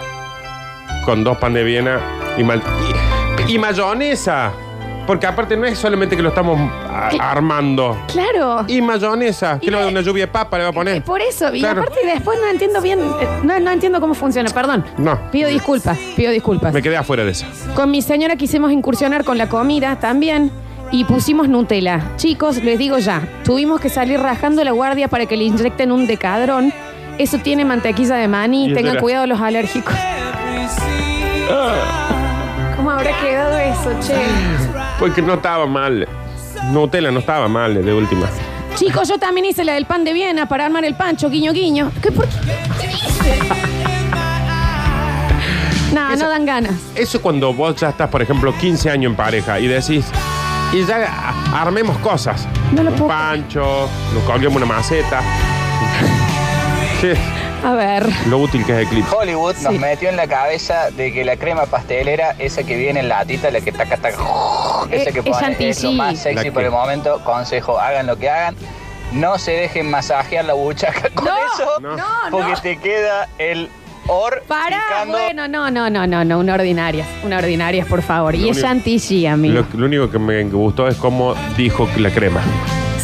Speaker 2: con dos pan de Viena y, mal- y- y mayonesa. Porque aparte no es solamente que lo estamos a- armando.
Speaker 1: Claro.
Speaker 2: Y mayonesa. Que no, una lluvia de papa le va a poner.
Speaker 1: Eh, Por eso, y
Speaker 2: Claro.
Speaker 1: aparte después no entiendo bien, eh, no, no entiendo cómo funciona, perdón.
Speaker 2: No,
Speaker 1: Pido disculpas, pido disculpas.
Speaker 2: me quedé afuera de esa.
Speaker 1: Con mi señora quisimos incursionar con la comida también y pusimos Nutella. Chicos, les digo ya, tuvimos que salir rajando la guardia para que le inyecten un decadrón. Eso tiene mantequilla de
Speaker 2: Y
Speaker 1: maní,
Speaker 2: eso
Speaker 1: tengan
Speaker 2: era-
Speaker 1: cuidado los alérgicos.
Speaker 2: Ah,
Speaker 1: ¿Cómo habrá quedado eso, che?
Speaker 2: Porque pues no estaba mal. Nutella no estaba mal de última.
Speaker 1: Chicos, yo también hice la del pan de Viena para armar el pancho, guiño, guiño. ¿Qué, por qué? ¿Qué dice? No, no dan ganas.
Speaker 2: Eso cuando vos ya estás, por ejemplo, 15 años en pareja y decís, y ya a- armemos cosas.
Speaker 1: No lo
Speaker 2: un
Speaker 1: puedo-
Speaker 2: pancho, nos colguemos una maceta. Qué-
Speaker 1: A ver.
Speaker 2: Lo útil que es Eclipse.
Speaker 8: Hollywood nos metió en la cabeza de que la crema pastelera, esa que viene en latita, la que taca taca, esa que
Speaker 1: Eh, es
Speaker 8: ponen, es lo
Speaker 1: chantilly.
Speaker 8: más
Speaker 2: La
Speaker 8: sexy
Speaker 2: que-
Speaker 8: por el momento. Consejo, hagan lo que hagan. No se dejen masajear la buchaca con eso,
Speaker 1: no,
Speaker 8: porque
Speaker 1: no.
Speaker 8: te queda el or
Speaker 1: Pará,
Speaker 8: picando.
Speaker 1: Ah, bueno, no, no, no, no, no, una ordinaria, una ordinaria, por favor.
Speaker 2: Lo
Speaker 1: y es
Speaker 2: único-
Speaker 1: chantilly, amigo.
Speaker 2: Lo, lo único que me gustó es cómo dijo la crema.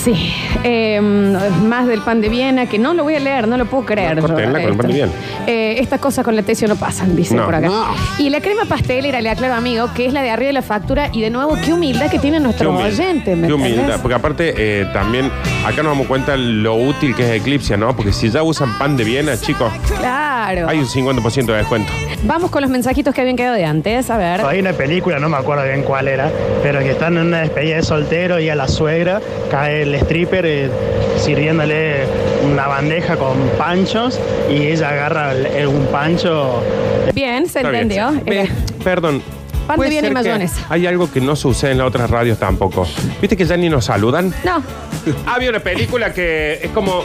Speaker 1: Sí, eh, más del pan de Viena, que no lo voy a leer, no lo puedo creer. yo,
Speaker 2: Cortenla con el pan de
Speaker 1: esto.
Speaker 2: bien.
Speaker 1: Eh, estas cosas con la tesio no pasan, dicen
Speaker 2: No.
Speaker 1: por acá.
Speaker 2: No.
Speaker 1: Y la crema pastelera, le aclaro, amigo, que es la de arriba de la factura. Y de nuevo, qué humildad que tiene nuestro oyente. ¿me
Speaker 2: Qué
Speaker 1: entendés?
Speaker 2: humildad. Porque aparte, eh, también acá nos damos cuenta lo útil que es Eclipse, ¿no? Porque si ya usan pan de Viena, chicos,
Speaker 1: Claro.
Speaker 2: hay un 50% de descuento.
Speaker 1: Vamos con los mensajitos que habían quedado de antes, a ver.
Speaker 16: Hay una película, no me acuerdo bien cuál era, pero que están en una despedida de soltero y a la suegra cae el stripper eh, sirviéndole una bandeja con panchos y ella agarra el- el- un pancho.
Speaker 1: Bien, se
Speaker 2: Está bien.
Speaker 1: entendió.
Speaker 2: Ve,
Speaker 1: Eh,
Speaker 2: Perdón.
Speaker 1: Pan de
Speaker 2: ¿puede
Speaker 1: bien y
Speaker 2: ser que
Speaker 1: mayonesa.
Speaker 2: Hay algo que no sucede en las otras radios tampoco. ¿Viste que ya ni nos saludan?
Speaker 1: no,
Speaker 2: Había una película que es como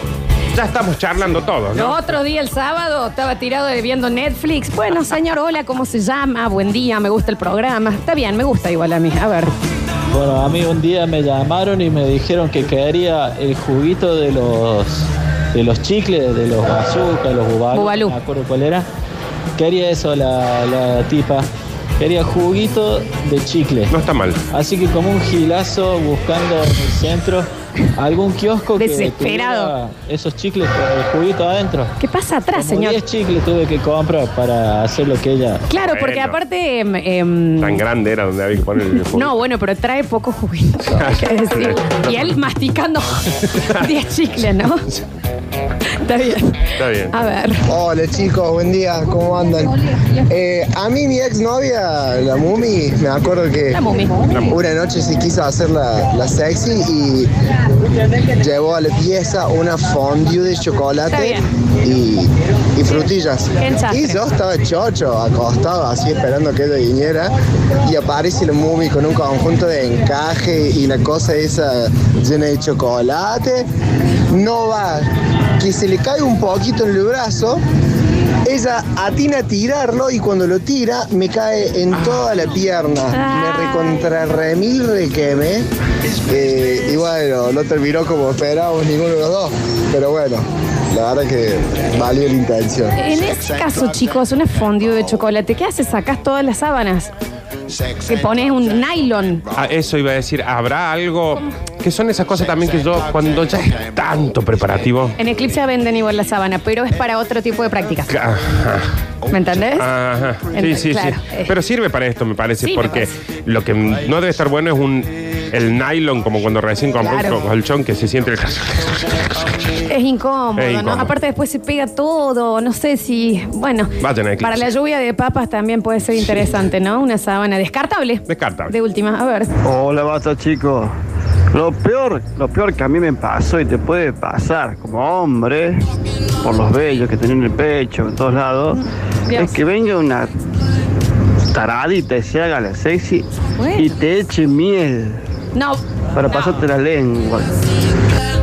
Speaker 2: Ya estamos charlando todos,
Speaker 1: No,
Speaker 2: ¿no?
Speaker 1: otro día, el sábado, estaba tirado de viendo Netflix. Bueno, señor, hola, ¿cómo se llama? Buen día, me gusta el programa. Está bien, me gusta igual a mí. A ver.
Speaker 17: Bueno, a mí un día me llamaron y me dijeron que quedaría el juguito de los de los chicles, de los bazooka, los bubalú,
Speaker 1: Bubalú.
Speaker 17: no me acuerdo cuál era. Quería eso la, la tipa. Quería juguito de chicle. No
Speaker 2: está mal.
Speaker 17: Así que como un gilazo buscando en el centro algún kiosco que
Speaker 1: Desesperado.
Speaker 17: tuviera esos chicles con el juguito adentro.
Speaker 1: ¿Qué pasa atrás,
Speaker 17: Como
Speaker 1: señor?
Speaker 17: 10 chicles tuve que comprar para hacer lo que ella.
Speaker 1: Claro, porque aparte. em, em,
Speaker 2: Tan grande era donde había que poner el juego.
Speaker 1: no, bueno, pero trae poco juguito, hay que decir. Y él masticando 10 chicles, ¿no? Está bien.
Speaker 2: Está bien.
Speaker 1: A ver.
Speaker 18: Hola chicos, buen día, ¿cómo andan? Eh, a mí mi exnovia, la Mumi, me acuerdo que
Speaker 1: La Mumi.
Speaker 18: una noche se quiso hacer la, la sexy y llevó a la pieza una fondue de chocolate y, y frutillas. Y yo estaba chocho, acostado, así esperando que ella viniera y aparece la Mumi con un conjunto de encaje y la cosa esa llena de chocolate. No va que se le cae un poquito en el brazo. Ella atina a tirarlo y cuando lo tira me cae en toda la pierna. Me recontrarremí, requeme. Eh, y bueno, no terminó como esperábamos ninguno de los dos. Pero bueno, la verdad que valió la intención.
Speaker 1: En ese caso, chicos, una fondue de chocolate, ¿qué haces? Sacás todas las sábanas. Te pones un nylon.
Speaker 2: Ah, eso iba a decir, ¿habrá algo? Que son esas cosas también que yo, cuando ya es tanto preparativo.
Speaker 1: En Eclipse venden igual la sábana, pero es para otro tipo de práctica.
Speaker 2: Ajá.
Speaker 1: ¿Me entendés?
Speaker 2: Ajá. Sí,
Speaker 1: Ent-
Speaker 2: sí,
Speaker 1: claro. eh.
Speaker 2: sí. Pero sirve para esto, me parece,
Speaker 1: Sí, me
Speaker 2: porque lo que no debe estar bueno es un el nylon, como cuando recién compré
Speaker 1: Claro.
Speaker 2: un colchón que se siente el.
Speaker 1: Es incómodo,
Speaker 2: Es incómodo.
Speaker 1: ¿no? Aparte después se pega todo, no sé si, bueno,
Speaker 2: Vayan a Eclipse.
Speaker 1: para la lluvia de papas también puede ser interesante, ¿no? Una sábana descartable.
Speaker 2: Descartable.
Speaker 1: De última, a ver.
Speaker 19: Hola, basta chicos. Lo peor, lo peor que a mí me pasó y te puede pasar como hombre, por los vellos que tenía en el pecho, en todos lados, es que venga una taradita y se haga la sexy y te eche miel
Speaker 1: No,
Speaker 19: para pasarte la lengua.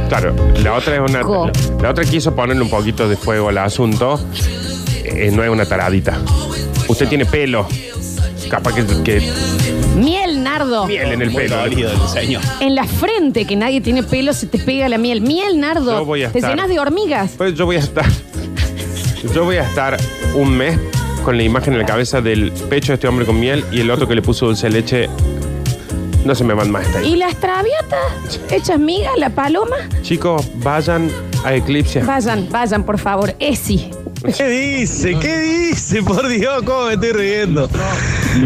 Speaker 2: Claro, la otra es una.
Speaker 1: Co.
Speaker 2: La otra quiso ponerle un poquito de fuego al asunto. Eh, no es una taradita. Usted tiene pelo. Capaz que, que
Speaker 1: miel, nardo.
Speaker 2: miel en el pelo.
Speaker 1: En la frente, que nadie tiene pelo, se te pega la miel. Miel, nardo.
Speaker 2: Yo voy a
Speaker 1: te
Speaker 2: estar-
Speaker 1: llenas de hormigas.
Speaker 2: Pues yo voy a estar. Yo voy a estar un mes con la imagen en la cabeza del pecho de este hombre con miel y el otro que le puso dulce de leche. No se me van más esta
Speaker 1: ¿Y
Speaker 2: ahí.
Speaker 1: las travietas? ¿Hechas migas? ¿La paloma?
Speaker 2: Chicos, vayan a Eclipse.
Speaker 1: Vayan, vayan, por favor. Esi.
Speaker 20: ¿Qué dice? ¿Qué dice? Por Dios, cómo me estoy riendo.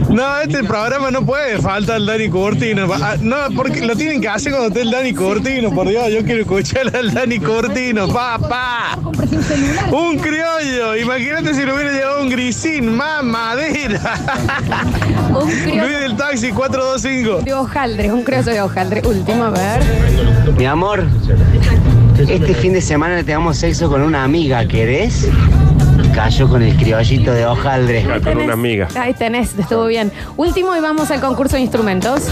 Speaker 20: No, este programa no puede faltar el Dani Cortino. Ah, No, porque lo tienen que hacer cuando esté el Dani Cortino, por Dios, yo quiero escuchar al Dani Cortino, papá. Un criollo, imagínate si lo hubiera llevado un grisín, mamadera.
Speaker 1: Un
Speaker 20: Luis del taxi 425.
Speaker 1: De hojaldre, un creoso de hojaldre. Último, a ver.
Speaker 21: Mi amor, este fin de semana tenemos sexo con una amiga, ¿querés? Cayó con el criollito de hojaldre.
Speaker 2: Con una amiga.
Speaker 1: Ahí tenés, estuvo bien. Último y vamos al concurso de instrumentos.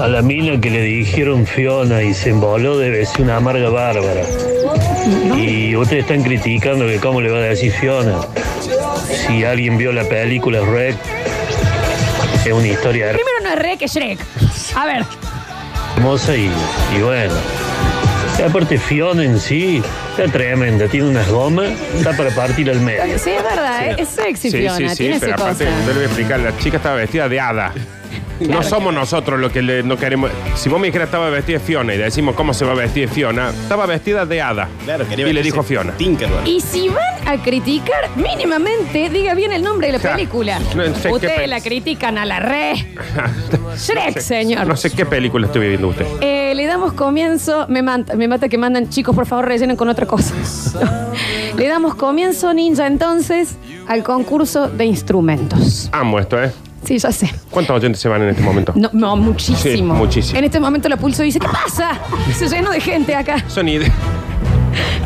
Speaker 22: A la mina que le dijeron Fiona y se emboló debe ser una amarga bárbara. Y ustedes están criticando que cómo le va a decir Fiona. Si alguien vio la película Red, es una historia
Speaker 1: Primero no es re que Shrek. A ver,
Speaker 22: hermosa y, y bueno. Y aparte Fiona en sí está tremenda, tiene unas gomas, está para partir al medio.
Speaker 1: sí, es verdad, ¿eh? es sexy,
Speaker 2: Sí,
Speaker 1: Fiona,
Speaker 2: sí, sí,
Speaker 1: tiene
Speaker 2: pero
Speaker 1: su
Speaker 2: aparte,
Speaker 1: cosa.
Speaker 2: yo le voy a explicar, la chica estaba vestida de hada. no somos nosotros los que le- no queremos. Si vos me dijeras estaba vestida de Fiona y le decimos cómo se va a vestir Fiona, estaba vestida de hada. Claro,
Speaker 23: quería
Speaker 2: Y le
Speaker 23: vestirse
Speaker 2: dijo Fiona.
Speaker 1: Y si van a criticar, mínimamente diga bien el nombre de la
Speaker 2: Ja,
Speaker 1: película.
Speaker 2: no sé qué
Speaker 1: Ustedes
Speaker 2: pens-
Speaker 1: la critican a la re. Shrek,
Speaker 2: No sé-
Speaker 1: señor.
Speaker 2: No sé qué película estoy viviendo usted.
Speaker 1: Eh, le damos comienzo. Me, manta- me mata que mandan, chicos, por favor, rellenen con otra cosa. le damos comienzo, ninja, entonces, al concurso de instrumentos.
Speaker 2: Amo esto, ¿eh?
Speaker 1: Sí, ya sé.
Speaker 2: ¿Cuántos oyentes se van en este momento?
Speaker 1: No, no, muchísimo.
Speaker 2: Sí, muchísimo.
Speaker 1: En este momento la pulso dice, ¿qué pasa? Se llenó de gente acá.
Speaker 2: Sonido.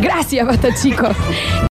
Speaker 1: Gracias, basta, chicos.